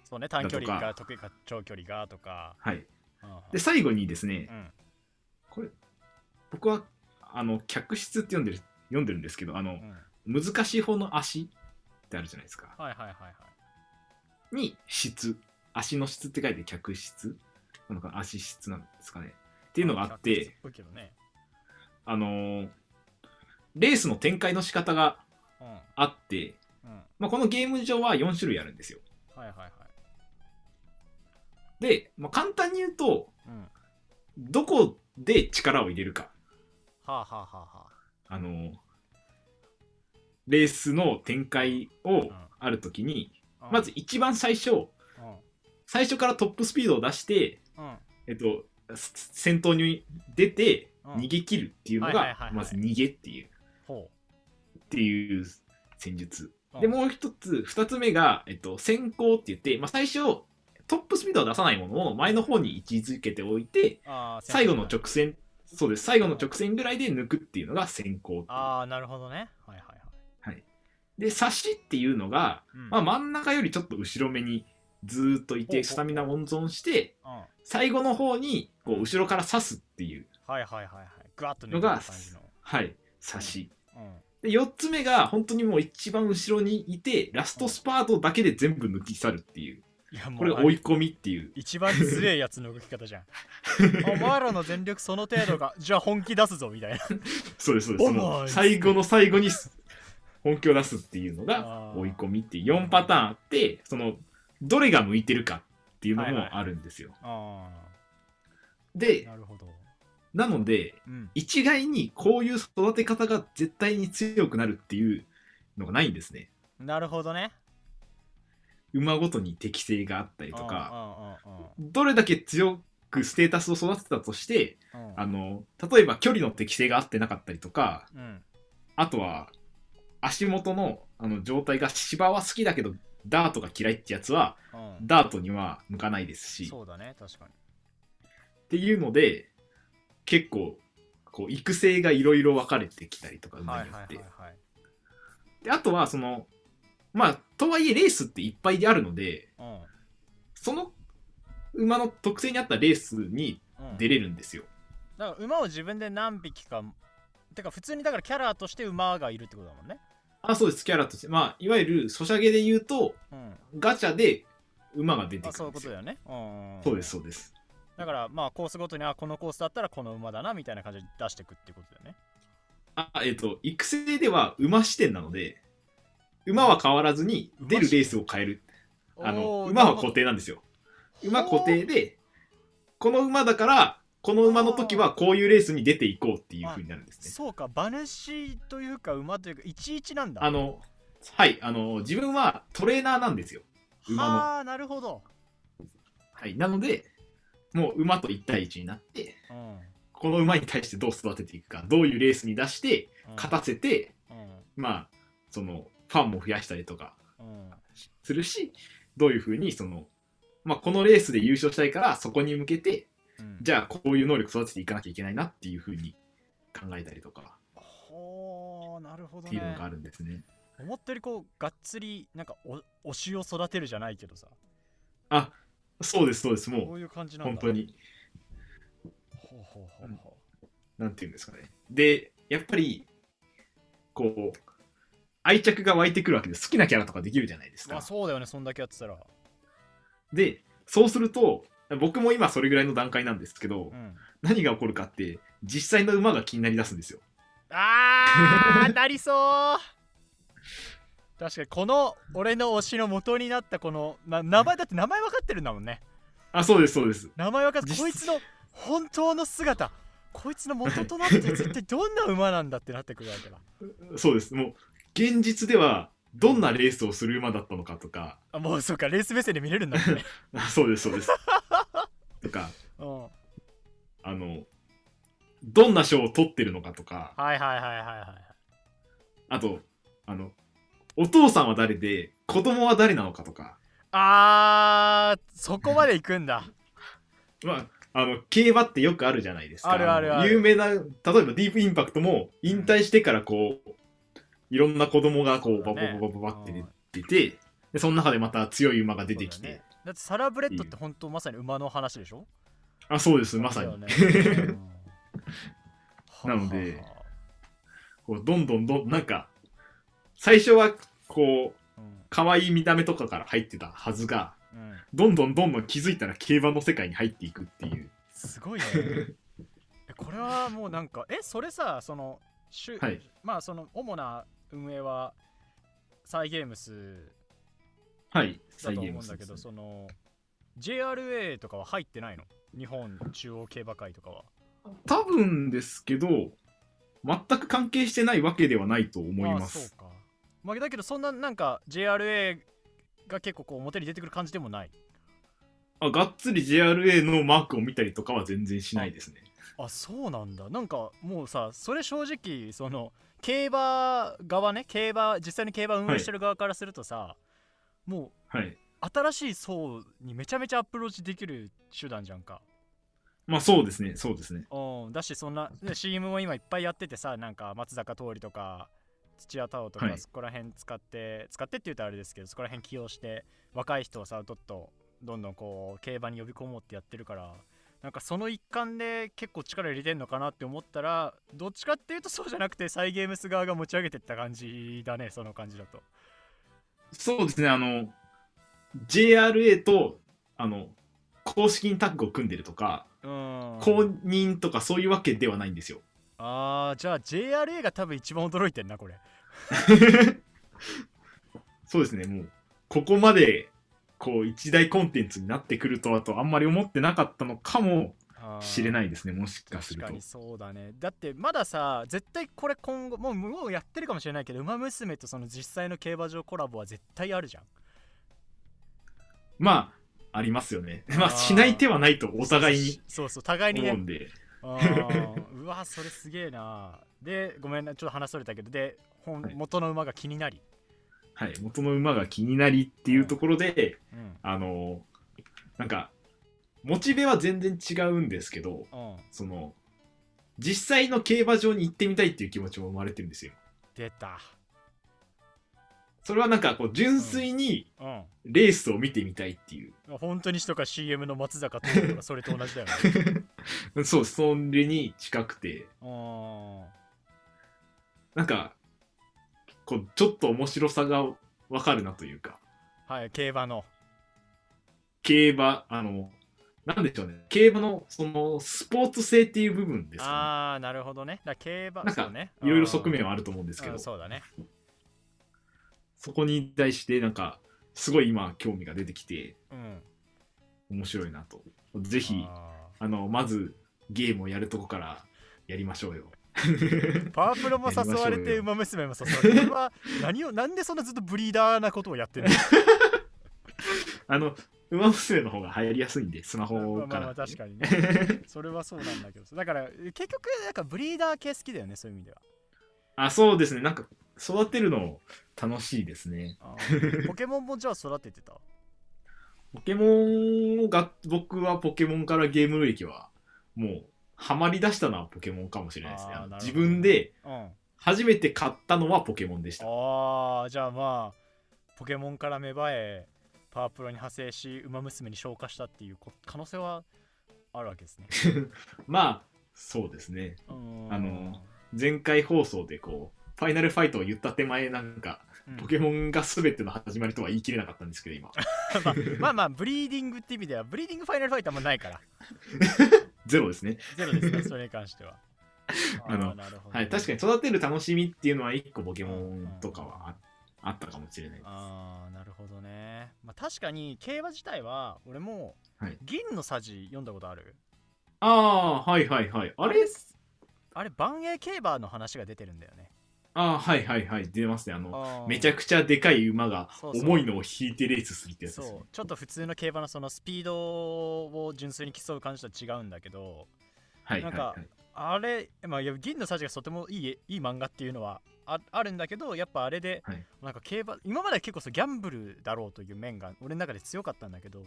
[SPEAKER 2] そうね短距離
[SPEAKER 1] だ
[SPEAKER 2] が得意か長距離がとか
[SPEAKER 1] はい、
[SPEAKER 2] うんうん
[SPEAKER 1] で最後にですね
[SPEAKER 2] うん
[SPEAKER 1] これ僕はあの客室って読んでる読んでるんですけどあの
[SPEAKER 2] うん
[SPEAKER 1] 難しい方の足ってあるじゃないですか。
[SPEAKER 2] はいはいはいはい
[SPEAKER 1] に質足の質って書いて客質なのか足質なんですかねっていうのがあっ
[SPEAKER 2] 100
[SPEAKER 1] て
[SPEAKER 2] っぽいけどね
[SPEAKER 1] あのーレースの展開の仕方が
[SPEAKER 2] うんうん
[SPEAKER 1] あって、
[SPEAKER 2] はい
[SPEAKER 1] まあ、このゲーム上は4種類あるんですよ
[SPEAKER 2] はいはい
[SPEAKER 1] で、まあ、簡単に言うと
[SPEAKER 2] うんは
[SPEAKER 1] どこで力を入れるか
[SPEAKER 2] あはあは
[SPEAKER 1] あのーレースの展開をある時に
[SPEAKER 2] あはあ
[SPEAKER 1] まず一番最初
[SPEAKER 2] うん
[SPEAKER 1] 最初からトップスピードを出して
[SPEAKER 2] うん
[SPEAKER 1] えっと、す先頭に出て
[SPEAKER 2] うん
[SPEAKER 1] 逃げ切るっていうの
[SPEAKER 2] はいはいはいは
[SPEAKER 1] が
[SPEAKER 2] い
[SPEAKER 1] まず逃げっていう
[SPEAKER 2] ほ
[SPEAKER 1] っていう戦術
[SPEAKER 2] う
[SPEAKER 1] でもう一つ二つ目が、えっと、先行って言って、まあ、最初トップスピードは出さないものを前の方に位置づけておいて
[SPEAKER 2] あー
[SPEAKER 1] 最後の直線そうです最後の直線ぐらいで抜くっていうのが先行
[SPEAKER 2] ああなるほどねはいはいはい
[SPEAKER 1] で差しっていうのが、
[SPEAKER 2] うん
[SPEAKER 1] まあ、真ん中よりちょっと後ろめにずーっとい
[SPEAKER 2] ほうほう
[SPEAKER 1] てスタミナ温存して
[SPEAKER 2] うんはい
[SPEAKER 1] 最後の方にこう後ろから刺すっていう、
[SPEAKER 2] はいはいはいグワッと抜
[SPEAKER 1] の
[SPEAKER 2] けた
[SPEAKER 1] が
[SPEAKER 2] 感じの
[SPEAKER 1] はい、差し。
[SPEAKER 2] うん
[SPEAKER 1] で4つ目が本当にもう一番後ろにいてラストスパートだけで全部抜き去るっていう
[SPEAKER 2] いやもう
[SPEAKER 1] これ追い込みっていう
[SPEAKER 2] 一番ずれえやつの動き
[SPEAKER 1] *laughs*
[SPEAKER 2] 方じゃんお前らの全力その程度がじゃあ本気出すぞ
[SPEAKER 1] *laughs*
[SPEAKER 2] みたいな
[SPEAKER 1] そうですそうです
[SPEAKER 2] お
[SPEAKER 1] そ
[SPEAKER 2] 前
[SPEAKER 1] の最後の最後に本気を出すっていうの
[SPEAKER 2] あ
[SPEAKER 1] が
[SPEAKER 2] ー
[SPEAKER 1] 追い込みっていう4パターンあってそのどれが向いてるかっていうの
[SPEAKER 2] はいはい
[SPEAKER 1] もあるんですよ、
[SPEAKER 2] ああ
[SPEAKER 1] で
[SPEAKER 2] なるほど
[SPEAKER 1] なので
[SPEAKER 2] うん
[SPEAKER 1] 一概にこういう育て方が絶対に強くなるっていうのがないんですね
[SPEAKER 2] なるほどね
[SPEAKER 1] 馬ごとに適性があったりとか
[SPEAKER 2] うんうんうん
[SPEAKER 1] どれだけ強くステータスを育てたとして
[SPEAKER 2] うん
[SPEAKER 1] あの例えば距離の適性が合ってなかったりとか
[SPEAKER 2] うん
[SPEAKER 1] あとは足元のあの状態が芝は好きだけどダートが嫌いってやつは
[SPEAKER 2] うん
[SPEAKER 1] ダートには向かないですしっ
[SPEAKER 2] そうだね確かに
[SPEAKER 1] ていうので結構こう育成がいろいろ分かれてきたりとか馬
[SPEAKER 2] はい
[SPEAKER 1] によ
[SPEAKER 2] は
[SPEAKER 1] っ
[SPEAKER 2] いはい
[SPEAKER 1] て
[SPEAKER 2] はい
[SPEAKER 1] であとはそのまあとはいえレースっていっぱいあるので
[SPEAKER 2] うん
[SPEAKER 1] その馬の特性に合ったレースに
[SPEAKER 2] うん
[SPEAKER 1] 出れるんですよ。
[SPEAKER 2] だから馬を自分で何匹かてか普通にだからキャラとして馬がいるってことだもんね
[SPEAKER 1] あそうですキャラとしてまあいわゆるソシャゲで言うと
[SPEAKER 2] うん
[SPEAKER 1] ガチャで馬が出て
[SPEAKER 2] あ
[SPEAKER 1] く
[SPEAKER 2] そう
[SPEAKER 1] るんで
[SPEAKER 2] いうこ
[SPEAKER 1] す
[SPEAKER 2] と
[SPEAKER 1] よ
[SPEAKER 2] だ。よねうんうん
[SPEAKER 1] そうです、そうです。
[SPEAKER 2] だからまあコースごとにあこのコースだったらこの馬だなみたいな感じで出していくってことだよね
[SPEAKER 1] あ、えっ、と、育成では馬視点なので、馬は変わらずに
[SPEAKER 2] 馬視
[SPEAKER 1] 出る
[SPEAKER 2] 点
[SPEAKER 1] レースを変える。あの、馬は固定なんですよ。馬固定で、この馬だから、この馬の時はこういうレースに出ていこうっていう風になるんですね。
[SPEAKER 2] そうか馬主というか馬というか11なんだ
[SPEAKER 1] あの、はい、あの、自分はトレーナーなんですよ。馬の
[SPEAKER 2] はあなるほど、
[SPEAKER 1] はい。なので、もう馬と1対1になって、
[SPEAKER 2] うんうん
[SPEAKER 1] この馬に対してどう育てていくか、どういうレースに出して、勝たせて、
[SPEAKER 2] うん
[SPEAKER 1] まあ、その、ファンも増やしたりとか
[SPEAKER 2] うん
[SPEAKER 1] するし、どういうふうに、その、まあ、このレースで優勝したいから、そこに向けて、
[SPEAKER 2] うん
[SPEAKER 1] じゃあ、こういう能力育てていかなきゃいけないなっていうふうに考えたりとか
[SPEAKER 2] ほーなるほど
[SPEAKER 1] っていうの
[SPEAKER 2] ね
[SPEAKER 1] があるんですね。
[SPEAKER 2] 思ったよりこうがっつりなんかお推しを育てるじゃないけどさ
[SPEAKER 1] あ、そうです、そうです。
[SPEAKER 2] こ
[SPEAKER 1] も
[SPEAKER 2] ういう感じ
[SPEAKER 1] う、
[SPEAKER 2] なんだ
[SPEAKER 1] 本当に、
[SPEAKER 2] ほうほうほうほ
[SPEAKER 1] なんていうんですかね。で、やっぱり、こう、愛着が湧いてくるわけです。好きなキャラとかできるじゃないです
[SPEAKER 2] うまあ
[SPEAKER 1] か。
[SPEAKER 2] そうだよねそんだけやってたら
[SPEAKER 1] で、そうすると、僕も今それぐらいの段階なんですけど
[SPEAKER 2] う、ん
[SPEAKER 1] 何が起こるかって、実際の馬が気になりだすんですよ。
[SPEAKER 2] あー *laughs* なりそう確かにこの俺の推しの元になったこのな名前だって名前分かってるんだもんね
[SPEAKER 1] あ、そうです、そうです。
[SPEAKER 2] 名前分かって
[SPEAKER 1] 実
[SPEAKER 2] こいつの本当の姿こいつの元となって絶対どんな馬なんだってなってくるわけだ
[SPEAKER 1] そうです。もう、現実では、どんなレースをする馬だったのかとか、
[SPEAKER 2] あもうそうかレース目線で見れるんだもんね
[SPEAKER 1] あそうです、そうです。とか、
[SPEAKER 2] *laughs* うんは
[SPEAKER 1] あの、どんな賞を取ってるのかとか、
[SPEAKER 2] いはいはいはいはい
[SPEAKER 1] あと、あの、お父さんは誰で、子供は誰なのかとか、
[SPEAKER 2] あー、そこまで行くんだ。
[SPEAKER 1] まあ、あの、競馬ってよくあるじゃないですか。
[SPEAKER 2] あるあるある
[SPEAKER 1] 有名な、例えばディープインパクトも、引退してからこう、いろんな子供がこう、
[SPEAKER 2] そ
[SPEAKER 1] バ
[SPEAKER 2] うだね
[SPEAKER 1] バババババって出てて、で、その中でまた強い馬が出てき
[SPEAKER 2] そうだ
[SPEAKER 1] て
[SPEAKER 2] ね。だってサラブレッドって本当まさに馬の話でしょ
[SPEAKER 1] あ、そうです、まさに。
[SPEAKER 2] だよねうん
[SPEAKER 1] *laughs* なので
[SPEAKER 2] はあはあは
[SPEAKER 1] こうどんどんどん、なんか、最初はこう、
[SPEAKER 2] あうん
[SPEAKER 1] 可愛い見た目とかから入ってたはずが、
[SPEAKER 2] うん
[SPEAKER 1] どんどんどんどん気づいたら競馬の世界に入っていくっていう。
[SPEAKER 2] す
[SPEAKER 1] *laughs*
[SPEAKER 2] ごいね。えこれはもうなんか、え、それさ、その、主
[SPEAKER 1] はい
[SPEAKER 2] まあ、その、主な運営は、サイ・ゲームス
[SPEAKER 1] はい、
[SPEAKER 2] だ
[SPEAKER 1] 再
[SPEAKER 2] と
[SPEAKER 1] 現
[SPEAKER 2] 思
[SPEAKER 1] も
[SPEAKER 2] うん
[SPEAKER 1] す
[SPEAKER 2] だ
[SPEAKER 1] るん
[SPEAKER 2] け
[SPEAKER 1] です
[SPEAKER 2] ど、
[SPEAKER 1] ね
[SPEAKER 2] その、JRA とかは入ってないの日本中央競馬会とかは。
[SPEAKER 1] 多分ですけど、全く関係してないわけではないと思いま
[SPEAKER 2] ああそう
[SPEAKER 1] す。
[SPEAKER 2] か。まあ、だけど、そんな、なんか、JRA が結構こう表に出てくる感じでもない。
[SPEAKER 1] あがっつり JRA のマークを見たりとかは全然しないですね。
[SPEAKER 2] あそうなんだなんかもうさそれ正直その競馬側ね競馬実際に競馬運営してる側からするとさ、も
[SPEAKER 1] はい。
[SPEAKER 2] う新しい層にめちゃめちゃアプローチできる手段じゃんか
[SPEAKER 1] まあそうですね、そうですね。
[SPEAKER 2] うんだしそんな、ね、CM も今いっぱいやっててさなんか松坂桃李とか土屋太鳳とか、
[SPEAKER 1] はい
[SPEAKER 2] そこら辺使って使ってって言うとあれですけどそこら辺起用して若い人をさどっとどんどんこう競馬に呼び込もうってやってるからなんかその一環で結構力入れてんのかなって思ったらどっちかっていうとそうじゃなくてサイ・ゲームス側が持ち上げてった感じだねその感じだと
[SPEAKER 1] そうですね、あの、JRA と、あの、公式にタッグを組んでるとか、
[SPEAKER 2] うん
[SPEAKER 1] 公認とかそういうわけではないんですよ。
[SPEAKER 2] あーじゃあ JRA が多分一番驚いてんなこれ
[SPEAKER 1] そうですね、もう、ここまで、こう、一大コンテンツになってくるとはと、あんまり思ってなかったのかもしれ
[SPEAKER 2] い
[SPEAKER 1] ないですね、もしかする
[SPEAKER 2] 確か
[SPEAKER 1] と
[SPEAKER 2] に。そうだねだってまださ絶対これ今後もうもうやってるかもしれないけど「ウマ娘」とその実際の競馬場コラボは絶対あるじゃん
[SPEAKER 1] まあ、ありますよね。 *laughs* ま
[SPEAKER 2] あ
[SPEAKER 1] あ、
[SPEAKER 2] ー
[SPEAKER 1] しない手はないと、お互いに
[SPEAKER 2] そうそう互いに
[SPEAKER 1] 思う
[SPEAKER 2] ね
[SPEAKER 1] んで。*laughs*
[SPEAKER 2] あーうわそれすげえなでごめんなちょっと話それたけどで本
[SPEAKER 1] はい
[SPEAKER 2] 元の馬が気になり、
[SPEAKER 1] はい、元の馬が気になりっていうところで、
[SPEAKER 2] うん
[SPEAKER 1] あのなんかモチベは全然違うんですけど
[SPEAKER 2] うん、
[SPEAKER 1] その実際の競馬場に行ってみたいっていう気持ちも生まれてるんですよ
[SPEAKER 2] 出た
[SPEAKER 1] それはなんかこう純粋に
[SPEAKER 2] うん
[SPEAKER 1] レースを見てみたいって
[SPEAKER 2] *laughs*
[SPEAKER 1] いう、
[SPEAKER 2] 本当にしとか CM の松坂桃李とかそれと同じだよ
[SPEAKER 1] *laughs*
[SPEAKER 2] ね
[SPEAKER 1] そうそれに近くて
[SPEAKER 2] うん
[SPEAKER 1] なんかこうちょっと面白さがわかるなというか
[SPEAKER 2] はい競馬の
[SPEAKER 1] 競馬あのなんでしょうね競馬のそのスポーツ性っていう部分ですか
[SPEAKER 2] ああなるほどねだから競馬
[SPEAKER 1] なんか
[SPEAKER 2] そうね
[SPEAKER 1] ねいろいろ側面
[SPEAKER 2] は
[SPEAKER 1] はあると思うんですけど
[SPEAKER 2] そうだね
[SPEAKER 1] そこに対してなんかすごい今興味が出てきて
[SPEAKER 2] うん
[SPEAKER 1] 面白いなとぜひあ
[SPEAKER 2] あー
[SPEAKER 1] のまずゲームをやるとこからやりましょうよ *laughs*
[SPEAKER 2] パワープロも誘われて、
[SPEAKER 1] やり
[SPEAKER 2] ウマ娘も誘われて、これは何を、なんでそんなずっとブリーダーなことをやってるの
[SPEAKER 1] あのウマ娘の方が流行りやすいんでスマ
[SPEAKER 2] ま
[SPEAKER 1] ホ
[SPEAKER 2] あま
[SPEAKER 1] か
[SPEAKER 2] あま
[SPEAKER 1] ら
[SPEAKER 2] あ確かにね。それはそうなんだけどさ。だから、結局、なんかブリーダー系好きだよね、そういう意味では。
[SPEAKER 1] あそうですねなんか育てるの楽しいですね
[SPEAKER 2] あ
[SPEAKER 1] *laughs*
[SPEAKER 2] ーポケモンもじゃあ育ててた。
[SPEAKER 1] ポケモンが僕はポケモンからゲーム歴はもうハマりだしたのはポケモンかもしれないですね
[SPEAKER 2] あー
[SPEAKER 1] あの
[SPEAKER 2] なるほど
[SPEAKER 1] 自分で
[SPEAKER 2] うん。
[SPEAKER 1] 初めて買ったのはポケモンでした
[SPEAKER 2] ああ、じゃあまあ、ポケモンから芽生え、パワープロに派生し、ウマ娘に昇華したっていうこ可能性はあるわけですね。
[SPEAKER 1] まあそうですね
[SPEAKER 2] あの
[SPEAKER 1] あの前回放送でこうファイナルファイトを言った手前なんかポケモンが全ての始まりとは言い切れなかったんですけど今
[SPEAKER 2] まあ *laughs* まあまあ、ブリーディングって意味では、ブリーディングファイナルファイターもないから。
[SPEAKER 1] ゼロですね
[SPEAKER 2] ゼロですね、それに関しては。
[SPEAKER 1] *laughs* あの
[SPEAKER 2] ーなるほど
[SPEAKER 1] はい確かに育てる楽しみっていうのは一個ポケモンとかはああったかもしれないです
[SPEAKER 2] ああ、なるほどね。まあ、確かに、競馬自体は、俺も
[SPEAKER 1] はい、
[SPEAKER 2] 銀のさじ読んだことある。
[SPEAKER 1] ああーはいはいはいあれ
[SPEAKER 2] あれ、万栄競馬の話が出てるんだよね。
[SPEAKER 1] ああはいはいはい出ますねあの
[SPEAKER 2] あー
[SPEAKER 1] めちゃくちゃでかい馬が
[SPEAKER 2] そうそう
[SPEAKER 1] 重いのを引いてレースするってやつですね
[SPEAKER 2] そう、ちょっと普通の競馬のそのスピードを純粋に競う感じとは違うんだけど、
[SPEAKER 1] はい
[SPEAKER 2] な
[SPEAKER 1] は
[SPEAKER 2] ん
[SPEAKER 1] い
[SPEAKER 2] か
[SPEAKER 1] はい
[SPEAKER 2] あれ、まあ、いや銀のさじがとてもいいいい漫画っていうのはああるんだけどやっぱあれで、
[SPEAKER 1] はい
[SPEAKER 2] なんか競馬今までは結構そうギャンブルだろうという面が俺の中で強かったんだけど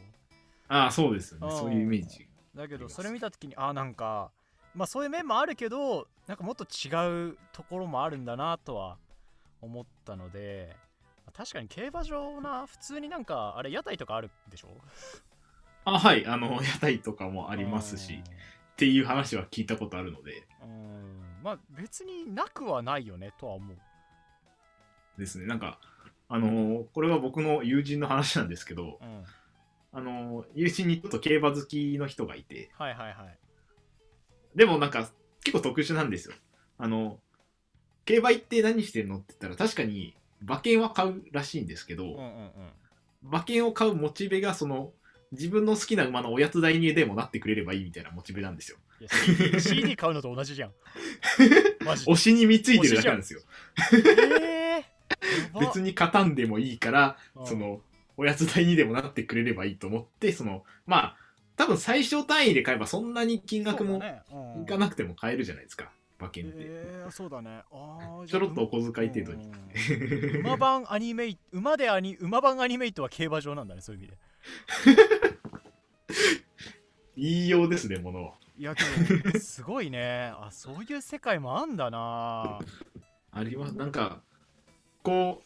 [SPEAKER 1] ああ、そうですよね。
[SPEAKER 2] うん
[SPEAKER 1] そういうイメージ。
[SPEAKER 2] だけ
[SPEAKER 1] あり
[SPEAKER 2] ど
[SPEAKER 1] ます
[SPEAKER 2] それ見た時にあーなんかまあそういう面もあるけどなんかもっと違うところもあるんだなとは思ったので確かに競馬場な普通になんかあれ屋台とかあるでしょ
[SPEAKER 1] あはい、あの、屋台とかもありますし、っていう話は聞いたことあるので、
[SPEAKER 2] うんうんまあ別になくはないよねとは思う
[SPEAKER 1] ですね、なんか、あのーこれは僕の友人の話なんですけど、
[SPEAKER 2] うん
[SPEAKER 1] あのー友人にちょっと競馬好きの人がいて、
[SPEAKER 2] はいはいはい
[SPEAKER 1] でもなんか、結構特殊なんですよ。あの、競馬行って何してんのって言ったら、確かに馬券は買うらしいんですけど、
[SPEAKER 2] うんうんうん
[SPEAKER 1] 馬券を買うモチベがその自分の好きな馬のおやつ代にでもなってくれればいいみたいなモチベなんですよ。
[SPEAKER 2] いや CD CD 買うのと同じ
[SPEAKER 1] *laughs*
[SPEAKER 2] じゃん。マジで
[SPEAKER 1] 推。しに見ついてるだけなんですよ。
[SPEAKER 2] えー、
[SPEAKER 1] 別
[SPEAKER 2] に、
[SPEAKER 1] に勝たんでもいいから、
[SPEAKER 2] うん
[SPEAKER 1] そ、のおやつ代にでもなってくれればいいと思って、そのまあ多分最小単位で買えばそんなに金額
[SPEAKER 2] そう
[SPEAKER 1] も
[SPEAKER 2] だねうん
[SPEAKER 1] いかなくても買えるじゃないですか、馬券って。
[SPEAKER 2] えー、そうだね。あ
[SPEAKER 1] *laughs*
[SPEAKER 2] ー
[SPEAKER 1] ちょろっとお小遣い程度。
[SPEAKER 2] じ
[SPEAKER 1] に。
[SPEAKER 2] ゃあうん馬版アニメイ馬でアニ、馬版アニメイトは競馬場なんだね、そういう意味で。
[SPEAKER 1] 言いようですね、ものは。
[SPEAKER 2] いや、けど、すごいね。あ、そういう世界もあんだな。
[SPEAKER 1] あります。なんか、こう、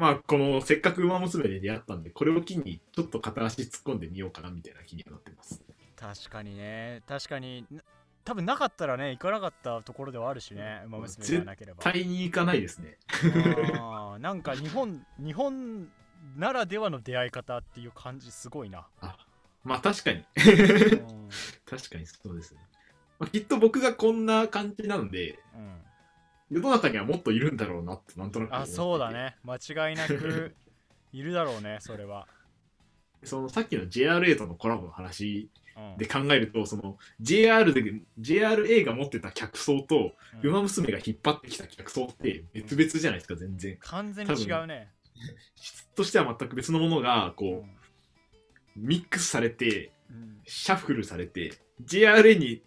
[SPEAKER 1] まあ、この、せっかく馬娘で出会ったんで、これを機に、ちょっと片足突っ込んでみようかな、みたいな気にはなってます。
[SPEAKER 2] 確かにね。確かに、な多分なかったらね、行かなかったところではあるしね、馬娘がなければ。
[SPEAKER 1] 対に行かないですね。
[SPEAKER 2] あーなんか日本日本ならではの出会い方っていう感じすごいな。
[SPEAKER 1] まあ、確かに。 *laughs*
[SPEAKER 2] うん
[SPEAKER 1] 確かにそうですね。まあ、きっと僕がこんな感じなので、
[SPEAKER 2] うん
[SPEAKER 1] 世の中にはもっといるんだろうなって、なんとなく思っ
[SPEAKER 2] あ
[SPEAKER 1] てて
[SPEAKER 2] そうだ。ね間違いなくいるだろうねそれは。
[SPEAKER 1] その、さっきの JRA とのコラボの話
[SPEAKER 2] うん
[SPEAKER 1] で考えると、その、JR で、JRA が持ってた客層と、
[SPEAKER 2] うん
[SPEAKER 1] 馬娘が引っ張ってきた客層って、別々じゃないですか、全然。
[SPEAKER 2] 完全に違うね。
[SPEAKER 1] 質としては全く別のものがこ
[SPEAKER 2] うん
[SPEAKER 1] うミックスされて
[SPEAKER 2] うん
[SPEAKER 1] シャッフルされて JRA に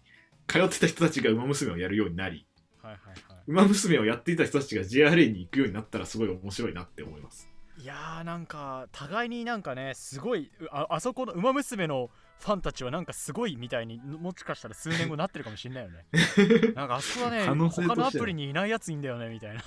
[SPEAKER 1] 通ってた人たちが「ウマ娘」をやるようになり
[SPEAKER 2] はいはいは
[SPEAKER 1] 「ウマ娘」をやっていた人たちが JRA に行くようになったらすごい面白いなって思います
[SPEAKER 2] い。いやーなんか互いになんかねすごいうああそこの馬娘のファンたちはなんかすごいみたいにもしかしたら数年後なってるかもしれ
[SPEAKER 1] *laughs*
[SPEAKER 2] ないよね。なんかあそこはね
[SPEAKER 1] 可能性として
[SPEAKER 2] 他
[SPEAKER 1] は
[SPEAKER 2] のアプリにいないやついんだよねみたいな。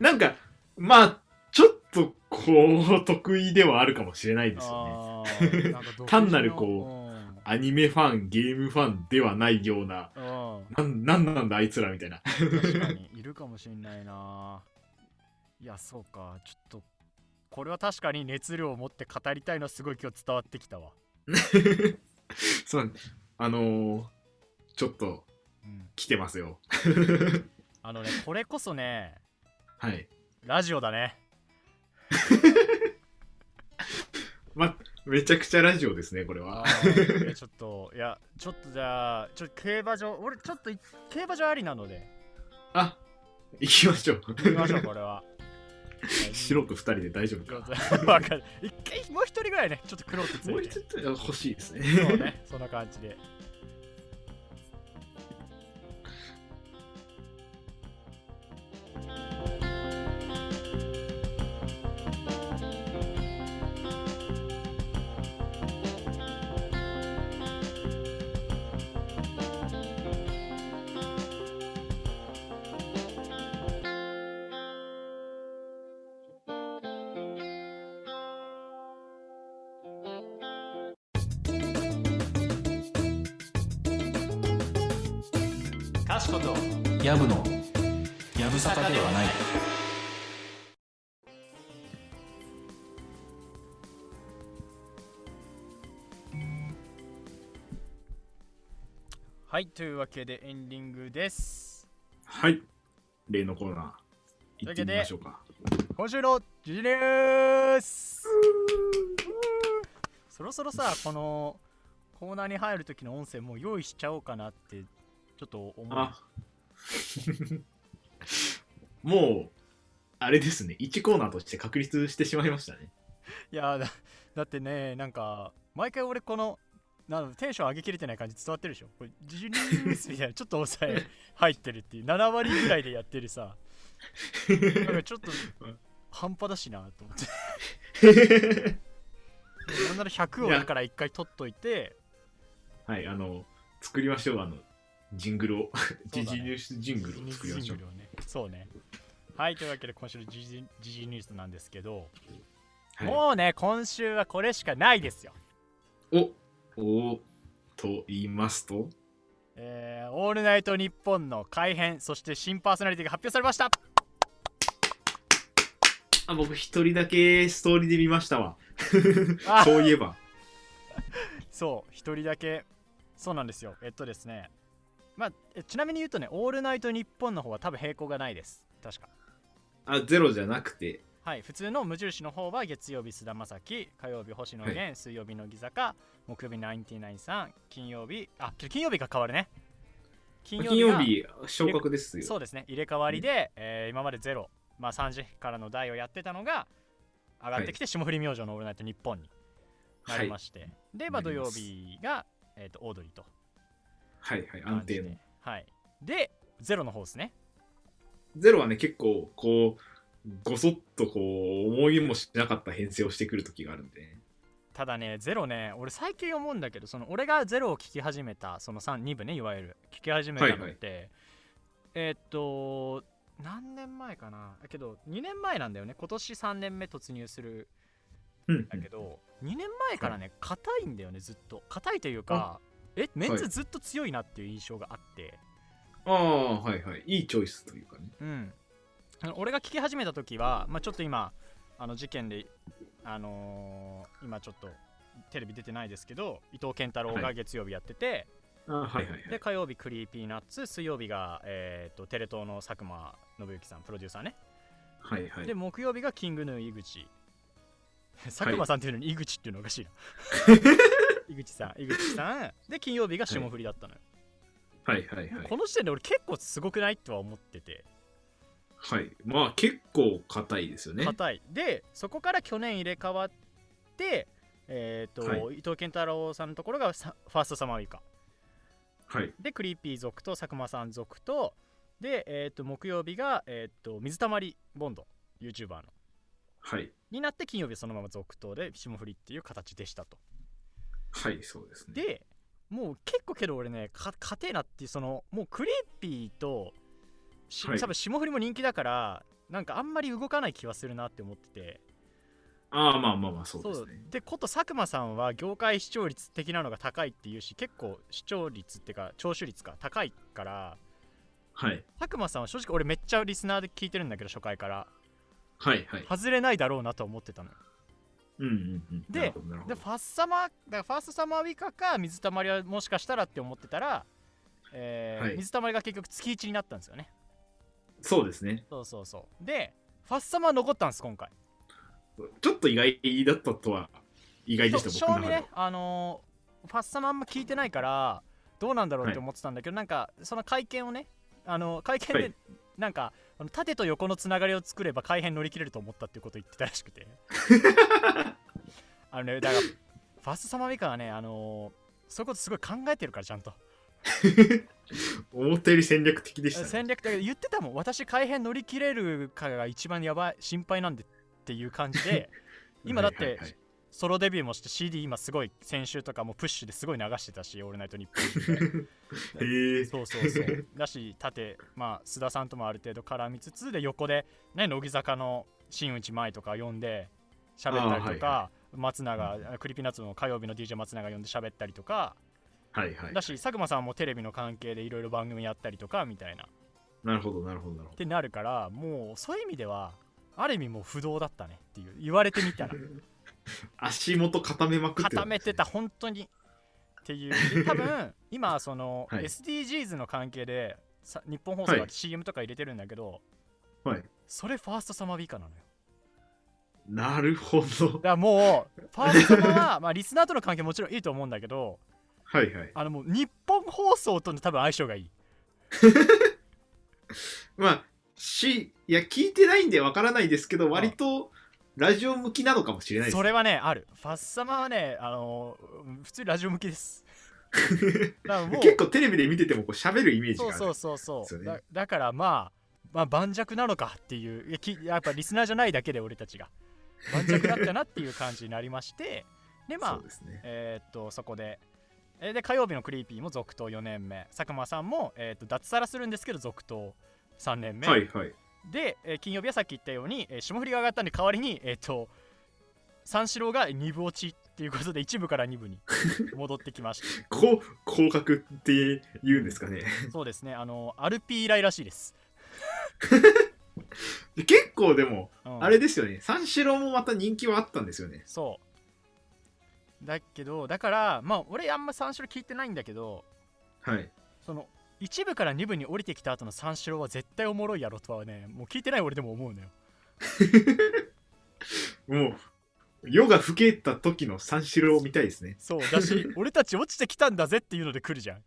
[SPEAKER 1] なんかまあちょっとこう得意ではあるかもしれないですよね
[SPEAKER 2] あーなんか独自の
[SPEAKER 1] 単なるこう
[SPEAKER 2] うん
[SPEAKER 1] アニメファンゲームファンではないような
[SPEAKER 2] うん
[SPEAKER 1] なんなんなんだあいつらみたいな *laughs*
[SPEAKER 2] 確かにいるかもしんないないやそうかちょっとこれは確かに熱量を持って語りたいのはすごい今日伝わってきたわ、
[SPEAKER 1] そうあのーちょっと
[SPEAKER 2] うん、
[SPEAKER 1] 来てますよ
[SPEAKER 2] あのねこれこそね
[SPEAKER 1] はい
[SPEAKER 2] ラジオだね
[SPEAKER 1] まあ、めちゃくちゃラジオですね、これは。
[SPEAKER 2] ーいやちょっといやちょっとじゃあちょっと競馬場俺ちょっとい競馬場ありなので
[SPEAKER 1] あ、行きましょう。 *laughs*
[SPEAKER 2] 行きましょうこれは
[SPEAKER 1] 素人2人で大丈夫か。
[SPEAKER 2] *laughs* わかる一回もう一人ぐらいねちょっと黒くつ
[SPEAKER 1] もう
[SPEAKER 2] い
[SPEAKER 1] ち
[SPEAKER 2] て
[SPEAKER 1] ょっと欲しいですね。
[SPEAKER 2] そうねそんな感じで
[SPEAKER 3] かしことやぶのやぶさかではない
[SPEAKER 2] はいというわけでエンディングです
[SPEAKER 1] はい。例のコーナー、行ってみましょうか。
[SPEAKER 2] 今週のジジニュースそろそろさこのコーナーに入る時の音声もう用意しちゃおうかなってちょっと思う
[SPEAKER 1] あ、 *laughs* もう、あれですね、1コーナーとして確
[SPEAKER 2] *laughs*
[SPEAKER 1] 立してしまいましたね。
[SPEAKER 2] いやだだってねなんか毎回俺このなのでテンション上げきれてない感じ伝わってるでしょこれジュニー
[SPEAKER 1] *laughs*
[SPEAKER 2] スみたいなちょっと抑え入ってるっていう7割ぐらいでやってるさなんかちょっと半端だしなと思ってなんなら100をだから一回取っといて
[SPEAKER 1] はい、あの、作りましょう、あの、ジングルを。
[SPEAKER 2] そ
[SPEAKER 1] ジ
[SPEAKER 2] うだね
[SPEAKER 1] ジニュースジングルを作りましょう
[SPEAKER 2] ジ。ングルをねそうねはいというわけで今週のジジジジニュースなんですけど、
[SPEAKER 1] は
[SPEAKER 2] もうね今週はこれしかないですよ
[SPEAKER 1] い、おおと言いますと
[SPEAKER 2] えーオールナイトニッポンの改編そして新パーソナリティが発表されました
[SPEAKER 1] あ、僕一人だけストーリーで見ましたわ。*laughs*
[SPEAKER 2] あ
[SPEAKER 1] そういえば。
[SPEAKER 2] そう一人だけそうなんですよえっとですねまあえちなみに言うとねオールナイトニッポンの方は多分並行がないです確か
[SPEAKER 1] あ、ゼロじゃなくて。
[SPEAKER 2] はい普通の無印の方は月曜日須田正樹火曜日星野源、水曜日乃木坂木曜日ナインティナインさん金曜日あけど金曜日が変わるね金
[SPEAKER 1] 金曜日、昇格ですよ。
[SPEAKER 2] そうですね入れ替わりで、えー今までゼロ、まあ、3時からの代をやってたのが上がってきて霜降り明星の「オールナイトニッポン」になりまして、で、まあ、
[SPEAKER 1] な
[SPEAKER 2] 土
[SPEAKER 1] りま
[SPEAKER 2] 曜
[SPEAKER 1] す
[SPEAKER 2] 日が、えー、とオードリーと
[SPEAKER 1] はいはい、
[SPEAKER 2] 感
[SPEAKER 1] 安
[SPEAKER 2] じ
[SPEAKER 1] 定
[SPEAKER 2] で
[SPEAKER 1] の。
[SPEAKER 2] はいでゼロの方ですね
[SPEAKER 1] ゼロはね、結構、こう、ごそっとこう、思いもしなかった編成をしてくる時があるんでね。
[SPEAKER 2] ただねゼロね俺最近思うんだけどその俺がゼロを聞き始めたその32部ねいわゆる聞き始めたのって、
[SPEAKER 1] はいはい
[SPEAKER 2] えーっと何年前かなだけど2年前なんだよね今年3年目突入する
[SPEAKER 1] うん
[SPEAKER 2] だけど、2年前からね硬いんだよねずっと硬いというかえメン
[SPEAKER 1] は
[SPEAKER 2] ツ
[SPEAKER 1] い
[SPEAKER 2] ずっと強いなっていう印象があって、
[SPEAKER 1] ああ、はいはい。いいチョイスというかね。
[SPEAKER 2] うん、あの俺が聞き始めた時は、まあ、ちょっと今あの事件で、あのー今ちょっとテレビ出てないですけど伊藤健太郎が月曜日やってて、
[SPEAKER 1] あはいはいはい
[SPEAKER 2] で。火曜日クリーピーナッツ水曜日が、えー、とテレ東の佐久間信之さんプロデューサーね、
[SPEAKER 1] はいはい
[SPEAKER 2] で。木曜日がキングヌー井口 *laughs* 佐久間さんっていうのに井口っていうのおかしいな
[SPEAKER 1] *laughs*
[SPEAKER 2] 井口さん井口さんで金曜日が霜降りだったのよ、
[SPEAKER 1] はいはい
[SPEAKER 2] もう
[SPEAKER 1] はい
[SPEAKER 2] こ。の時点で俺結構すごくないとは思ってて
[SPEAKER 1] はい。まあ結構硬いですよね。
[SPEAKER 2] 硬いでそこから去年入れ替わってえっ、と、
[SPEAKER 1] は
[SPEAKER 2] 伊藤健太郎さんのところがさファーストサマーウイカ
[SPEAKER 1] はい。
[SPEAKER 2] でクリーピー族と佐久間さん族とでえっ、と木曜日がえっ、と水たまりボンド YouTuber の
[SPEAKER 1] はい。
[SPEAKER 2] になって金曜日そのまま続投で霜降りっていう形でしたと
[SPEAKER 1] はい、そうですね。
[SPEAKER 2] でもう結構けど俺ねか勝てえなっていうそのもうクリーピーとし
[SPEAKER 1] はい
[SPEAKER 2] 多分霜降りも人気だからなんかあんまり動かない気はするなって思ってて
[SPEAKER 1] ああ、まあまあまあ、そうですね。
[SPEAKER 2] でこと佐久間さんは業界視聴率的なのが高いっていうし結構視聴率っていうか聴取率が高いから
[SPEAKER 1] はい。
[SPEAKER 2] 佐久間さんは正直俺めっちゃリスナーで聞いてるんだけど初回から
[SPEAKER 1] はいはい。
[SPEAKER 2] 外れないだろうなと思ってたのよ
[SPEAKER 1] うんうんうん。
[SPEAKER 2] で
[SPEAKER 1] なるほどなるほ
[SPEAKER 2] で
[SPEAKER 1] ど
[SPEAKER 2] ファーストサマーだからファーストサマーウイカか水たまりはもしかしたらって思ってたら、えー
[SPEAKER 1] はい
[SPEAKER 2] 水たまりが結局月1になったんですよね
[SPEAKER 1] そうですね。
[SPEAKER 2] そうそうそうでファーストサマー残ったんです今回
[SPEAKER 1] ちょっと意外だったとは、意外で
[SPEAKER 2] そう
[SPEAKER 1] した、
[SPEAKER 2] 正
[SPEAKER 1] 僕の
[SPEAKER 2] 味
[SPEAKER 1] 中では
[SPEAKER 2] ね。あのーファッサマあんま聞いてないからどうなんだろうって思ってたんだけど、なんかその会見をねあの会見で、
[SPEAKER 1] はい
[SPEAKER 2] なんかあの縦と横のつながりを作れば改編乗り切れると思ったっていうことを言ってたらしく
[SPEAKER 1] *laughs*
[SPEAKER 2] てあのねだからファーストサマーウイカはねあのーそういうことすごい考えてるからちゃんと
[SPEAKER 1] 思ったより戦略的でした、ね。
[SPEAKER 2] 戦略的言ってたもん私改編乗り切れるかが一番やばい心配なんでっていう感じ
[SPEAKER 1] *laughs*
[SPEAKER 2] で今だって
[SPEAKER 1] はいはいはい
[SPEAKER 2] ソロデビューもして CD 今すごい先週とかもプッシュですごい流してたし「オールナイトニッポン」
[SPEAKER 1] へえ
[SPEAKER 2] そうそうそうだし縦まあ須田さんともある程度絡みつつで横でね乃木坂の新内舞とか呼んで喋ったりとか、
[SPEAKER 1] あー
[SPEAKER 2] 松永、クリピーナッツの火曜日の DJ 松永呼んで喋ったりとか、
[SPEAKER 1] はいはい。
[SPEAKER 2] だし佐久間さんもテレビの関係でいろいろ番組やったりとかみたいなっ
[SPEAKER 1] なるほど、なるほど、なるほ
[SPEAKER 2] てなるからもうそういう意味ではある意味もう不動だったねっていう言われてみたら
[SPEAKER 1] ど。足元固めまくって
[SPEAKER 2] 固めてた本当にっ
[SPEAKER 1] *laughs*
[SPEAKER 2] ていうで多分今その
[SPEAKER 1] はい
[SPEAKER 2] SDGs の関係でさ日本放送
[SPEAKER 1] は
[SPEAKER 2] が
[SPEAKER 1] い
[SPEAKER 2] CM とか入れてるんだけど、
[SPEAKER 1] はい。
[SPEAKER 2] それファーストサマーウイカなのよ
[SPEAKER 1] なるほど
[SPEAKER 2] だ。からもうファーストサマ
[SPEAKER 1] *laughs*
[SPEAKER 2] ーはまあリスナーとの関係もちろんいいと思うんだけど
[SPEAKER 1] はいはい。
[SPEAKER 2] あのもう日本放送との多分相性がいい
[SPEAKER 1] まあ、し、いや、聞いてないんでわからないですけど、割と、ラジオ向きなのかもしれないです
[SPEAKER 2] それはねあるファッサマはねあのー普通にラジオ向きです
[SPEAKER 1] *laughs*
[SPEAKER 2] だからもう
[SPEAKER 1] 結構テレビで見ててもこう喋るイメージが
[SPEAKER 2] そ
[SPEAKER 1] あ
[SPEAKER 2] う
[SPEAKER 1] る
[SPEAKER 2] そうそう
[SPEAKER 1] そ
[SPEAKER 2] そう
[SPEAKER 1] うね
[SPEAKER 2] だだからまあまあ盤石なのかっていういやきやっぱリスナーじゃないだけで俺たちが盤石だったなっていう感じになりまして
[SPEAKER 1] *laughs*
[SPEAKER 2] でまあ
[SPEAKER 1] そうですね
[SPEAKER 2] えーっとそこでえーで火曜日のクリーピーも続投4年目佐久間さんも、えーっと脱サラするんですけど続投3年目、
[SPEAKER 1] はいはい
[SPEAKER 2] で、えー金曜日はさっき言ったように、えー霜降りが上がったんで代わりに、えーっと三四郎が2部落ちっていうことで1部から2部に戻ってきまし
[SPEAKER 1] *laughs* こう広角って言うんですかね
[SPEAKER 2] たそうですねあの RP 以来らしいです、
[SPEAKER 1] 結構でも
[SPEAKER 2] うん
[SPEAKER 1] あれですよね三四郎もまた人気はあったんですよね
[SPEAKER 2] そうだけどだからまあ俺あんま三四郎聞いてないんだけど
[SPEAKER 1] はい
[SPEAKER 2] その一部から二部に降りてきた後の三四郎は絶対おもろいやろとはねもう聞いてない俺でも思うのよ
[SPEAKER 1] もう夜が更けた時の三四郎を見たいですね
[SPEAKER 2] そうだ
[SPEAKER 1] *laughs*
[SPEAKER 2] し俺たち落ちてきたんだぜっていうので来るじゃん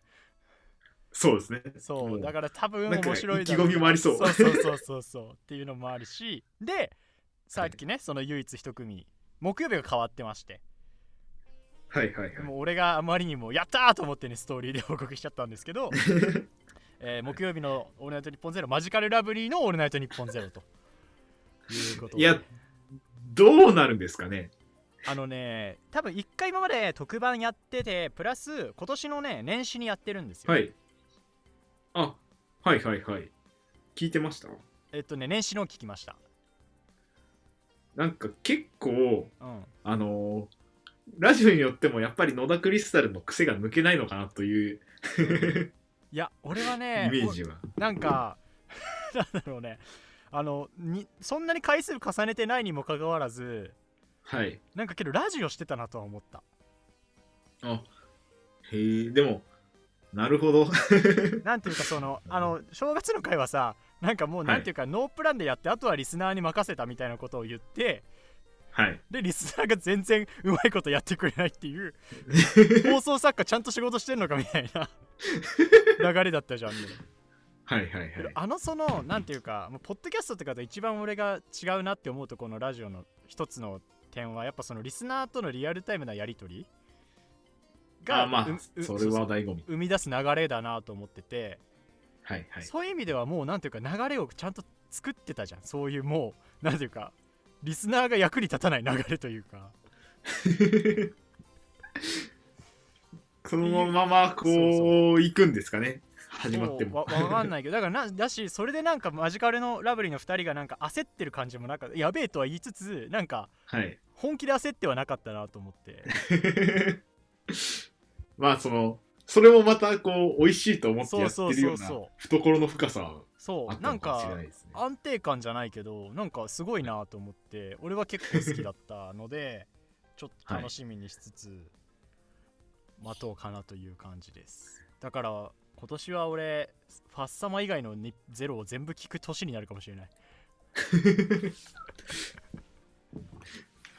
[SPEAKER 1] そうですね
[SPEAKER 2] そ
[SPEAKER 1] も
[SPEAKER 2] うだから多分
[SPEAKER 1] なんか
[SPEAKER 2] 面白いだ
[SPEAKER 1] 意気込みもありそう
[SPEAKER 2] そうそうそうそうそうっていうのもあるしでさっきねその唯一一組木曜日が変わってまして
[SPEAKER 1] はいはいはい
[SPEAKER 2] もう俺があまりにもやったーと思ってねストーリーで報告しちゃったんです
[SPEAKER 1] *laughs*
[SPEAKER 2] けど、えー木曜日の「オールナイトニッポンゼロマジカルラブリーの「オールナイトニッポンゼロということで
[SPEAKER 1] いやどうなるんですかね
[SPEAKER 2] あのね多分一回今まで特番やっててプラス今年のね年始にやってるんですよ、
[SPEAKER 1] はいあはいはいはい聞いてました
[SPEAKER 2] えっとね年始のを聞きました
[SPEAKER 1] なんか結構
[SPEAKER 2] うん
[SPEAKER 1] あのーラジオによってもやっぱり野田クリスタルの癖が抜けないのかなという
[SPEAKER 2] いや俺は
[SPEAKER 1] イ
[SPEAKER 2] ね
[SPEAKER 1] メージは、
[SPEAKER 2] おなんか *laughs* なんだろうねあのにそんなに回数重ねてないにもかかわらず
[SPEAKER 1] はい
[SPEAKER 2] なんかけどラジオしてたなとは思った
[SPEAKER 1] あへえでもなるほど *laughs*
[SPEAKER 2] なんていうかそのあの正月の会はさなんかもう
[SPEAKER 1] はい
[SPEAKER 2] なんていうか、ノープランでやってあとはリスナーに任せたみたいなことを言って
[SPEAKER 1] はい
[SPEAKER 2] でリスナーが全然うまいことやってくれないって
[SPEAKER 1] *laughs*
[SPEAKER 2] いう放送作家ちゃんと仕事してんのかみたいな流れだったじゃん、
[SPEAKER 1] はいはいはい
[SPEAKER 2] あのそのなんていうかもうポッドキャストとかと一番俺が違うなって思うとこのラジオの一つの点はやっぱそのリスナーとのリアルタイムなやり取りが
[SPEAKER 1] あま
[SPEAKER 2] う
[SPEAKER 1] あ
[SPEAKER 2] う
[SPEAKER 1] それ
[SPEAKER 2] う
[SPEAKER 1] は
[SPEAKER 2] う
[SPEAKER 1] 醍醐味
[SPEAKER 2] 生み出す流れだなと思ってて
[SPEAKER 1] はいはい
[SPEAKER 2] そういう意味ではもうなんていうか流れをちゃんと作ってたじゃんそういうもうなんていうかリスナーが役に立たない流れというか
[SPEAKER 1] そのままこう
[SPEAKER 2] そう
[SPEAKER 1] 行くんですかね始まっても
[SPEAKER 2] うわわかんないけどだからなだしそれでなんかマジカルのラブリーの2人がなんか焦ってる感じもなんかやべえとは言いつつなんか
[SPEAKER 1] はい *laughs*
[SPEAKER 2] 本気で焦ってはなかったなと思って
[SPEAKER 1] まあそのそれもまたこう美味しいと思って
[SPEAKER 2] そ
[SPEAKER 1] や
[SPEAKER 2] う
[SPEAKER 1] っ
[SPEAKER 2] そう
[SPEAKER 1] てるよ
[SPEAKER 2] そうう
[SPEAKER 1] な
[SPEAKER 2] そ
[SPEAKER 1] 懐の深さは
[SPEAKER 2] うそ
[SPEAKER 1] あっ
[SPEAKER 2] う
[SPEAKER 1] た
[SPEAKER 2] な
[SPEAKER 1] の
[SPEAKER 2] ん
[SPEAKER 1] かもしれ
[SPEAKER 2] か
[SPEAKER 1] ないですね
[SPEAKER 2] 安定感じゃないけどなんかすごいなと思って俺は結構好きだったのでちょっと楽しみにしつつ待とうかなという感じですだから今年は俺ファッサマ以外のにゼロを全部聞く年になるかもしれない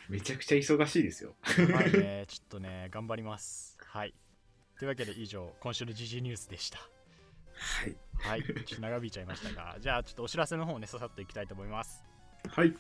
[SPEAKER 1] めちゃくちゃ忙しいですよ
[SPEAKER 2] やばいねちょっとね頑張りますはいというわけで以上今週の時事ニュースでした
[SPEAKER 1] はい
[SPEAKER 2] はいちょっと長引いちゃいましたがじゃあちょっとお知らせの方をねささっといきたいと思います
[SPEAKER 1] はい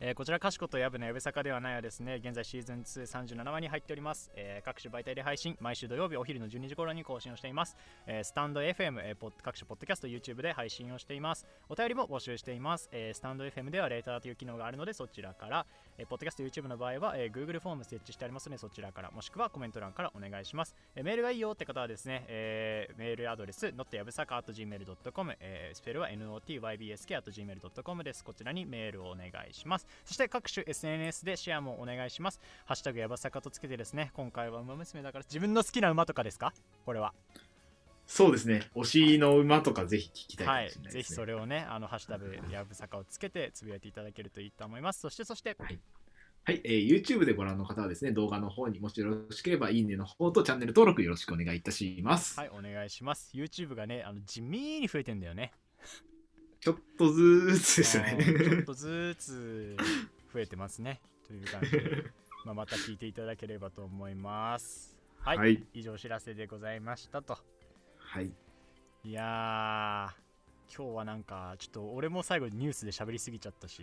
[SPEAKER 2] えーこちら、かしことやぶのやぶさかではないはですね、現在シーズン237話に入っております、えー各種媒体で配信、毎週土曜日お昼の12時頃に更新をしています。えースタンド FM、えーポッ各種ポッドキャスト、YouTube で配信をしています。お便りも募集しています。えースタンド FM ではレーターという機能があるので、そちらから、えーポッドキャスト、YouTube の場合は、えー Google フォーム設置してありますので、そちらから、もしくはコメント欄からお願いします。えーメールがいいよって方はですね、えーメールアドレス、not やぶさか .gmail.com、えースペルは notybsk .gmail.com です。こちらにメールをお願いします。そして各種 SNS でシェアもお願いします。ハッシュタグやぶさかとつけてですね、今回は馬娘だから、自分の好きな馬とかですかこれは。
[SPEAKER 1] そうですね推しの馬とかぜひ聞きたいか
[SPEAKER 2] は
[SPEAKER 1] も
[SPEAKER 2] い
[SPEAKER 1] しれ、ない
[SPEAKER 2] ぜ
[SPEAKER 1] で
[SPEAKER 2] ひ
[SPEAKER 1] すね
[SPEAKER 2] それをね、あのハッシュタグやぶさかをつけてつぶやいていただけるといいと思います。そして、そして、
[SPEAKER 1] はい、えー YouTube でご覧の方はですね、動画の方にもしよろしければ、いいねの方とチャンネル登録よろしくお願いいたします。
[SPEAKER 2] はい、お願いします。YouTube がね、あの地味に増えてんだよね。
[SPEAKER 1] ちょっとずーつですよ
[SPEAKER 2] あーちょっ
[SPEAKER 1] ね。
[SPEAKER 2] とずつ増えてます
[SPEAKER 1] *laughs*
[SPEAKER 2] ね。という感じで、まあ、また聞いていただければと思います。はい、
[SPEAKER 1] はい
[SPEAKER 2] 以上お知らせでございましたと。
[SPEAKER 1] はい。
[SPEAKER 2] いやー、今日はなんか、ちょっと俺も最後にニュースで喋りすぎちゃったし、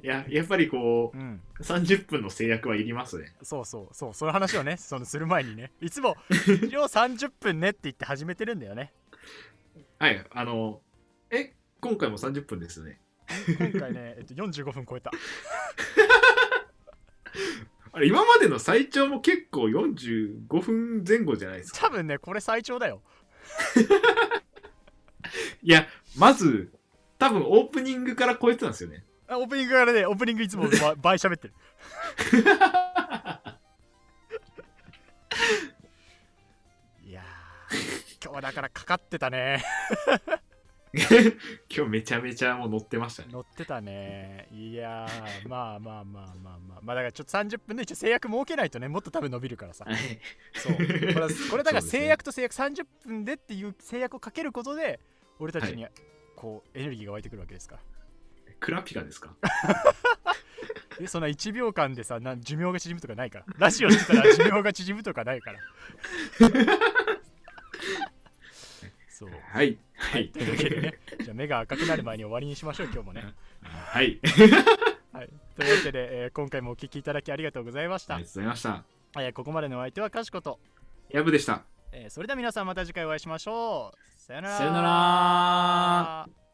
[SPEAKER 1] いや、やっぱりこ
[SPEAKER 2] うん、
[SPEAKER 1] う、30分の制約はいりますね。
[SPEAKER 2] そうそうそうその
[SPEAKER 1] *laughs*
[SPEAKER 2] 話をねそのする前にねいつも「量30分ね」って言って始めてるんだよね
[SPEAKER 1] はい、あの、え、今回も30分ですね。
[SPEAKER 2] 今回ね、えっと、45分超えた
[SPEAKER 1] あれ、今までの最長も結構45分前後じゃないですか。
[SPEAKER 2] 多分ねこれ最長だよ
[SPEAKER 1] いや、まず、多分オープニングから超えてたんですよね。
[SPEAKER 2] あオープニングからねオープニングいつも
[SPEAKER 1] *laughs*
[SPEAKER 2] ば倍喋ってるいやー今日はだからかかってたね
[SPEAKER 1] 今日めちゃめちゃもう乗ってましたね。
[SPEAKER 2] 乗ってたねいやーまあまあまあまあまあまあだからちょっと30分の一応制約設けないとねもっと多分伸びるからさ
[SPEAKER 1] はい。
[SPEAKER 2] *laughs* そうこれはこれだか
[SPEAKER 1] そうで
[SPEAKER 2] ら
[SPEAKER 1] すね
[SPEAKER 2] 制約と制約30分でっていう制約をかけることで俺たちにこうエネルギーが湧いてくるわけですから
[SPEAKER 1] *laughs* クラピカですか
[SPEAKER 2] でそんな1秒間でさな寿命が縮むとかないからラジオしてたら寿命が縮むとかないからそう
[SPEAKER 1] はい。はい
[SPEAKER 2] と。いうわけでねじゃあ目が赤くなる前に終わりにしましょう今日もね、
[SPEAKER 1] はい。
[SPEAKER 2] はい、というわけで、えー今回もお聞きいただきありがとうございまし
[SPEAKER 1] あ
[SPEAKER 2] た
[SPEAKER 1] りがとうご、ざいました。
[SPEAKER 2] えーここまでのお相手はかしこと、
[SPEAKER 1] ヤブでした。
[SPEAKER 2] えーそれでは皆さんまた次回お会いしましょうさよなら
[SPEAKER 1] さよなら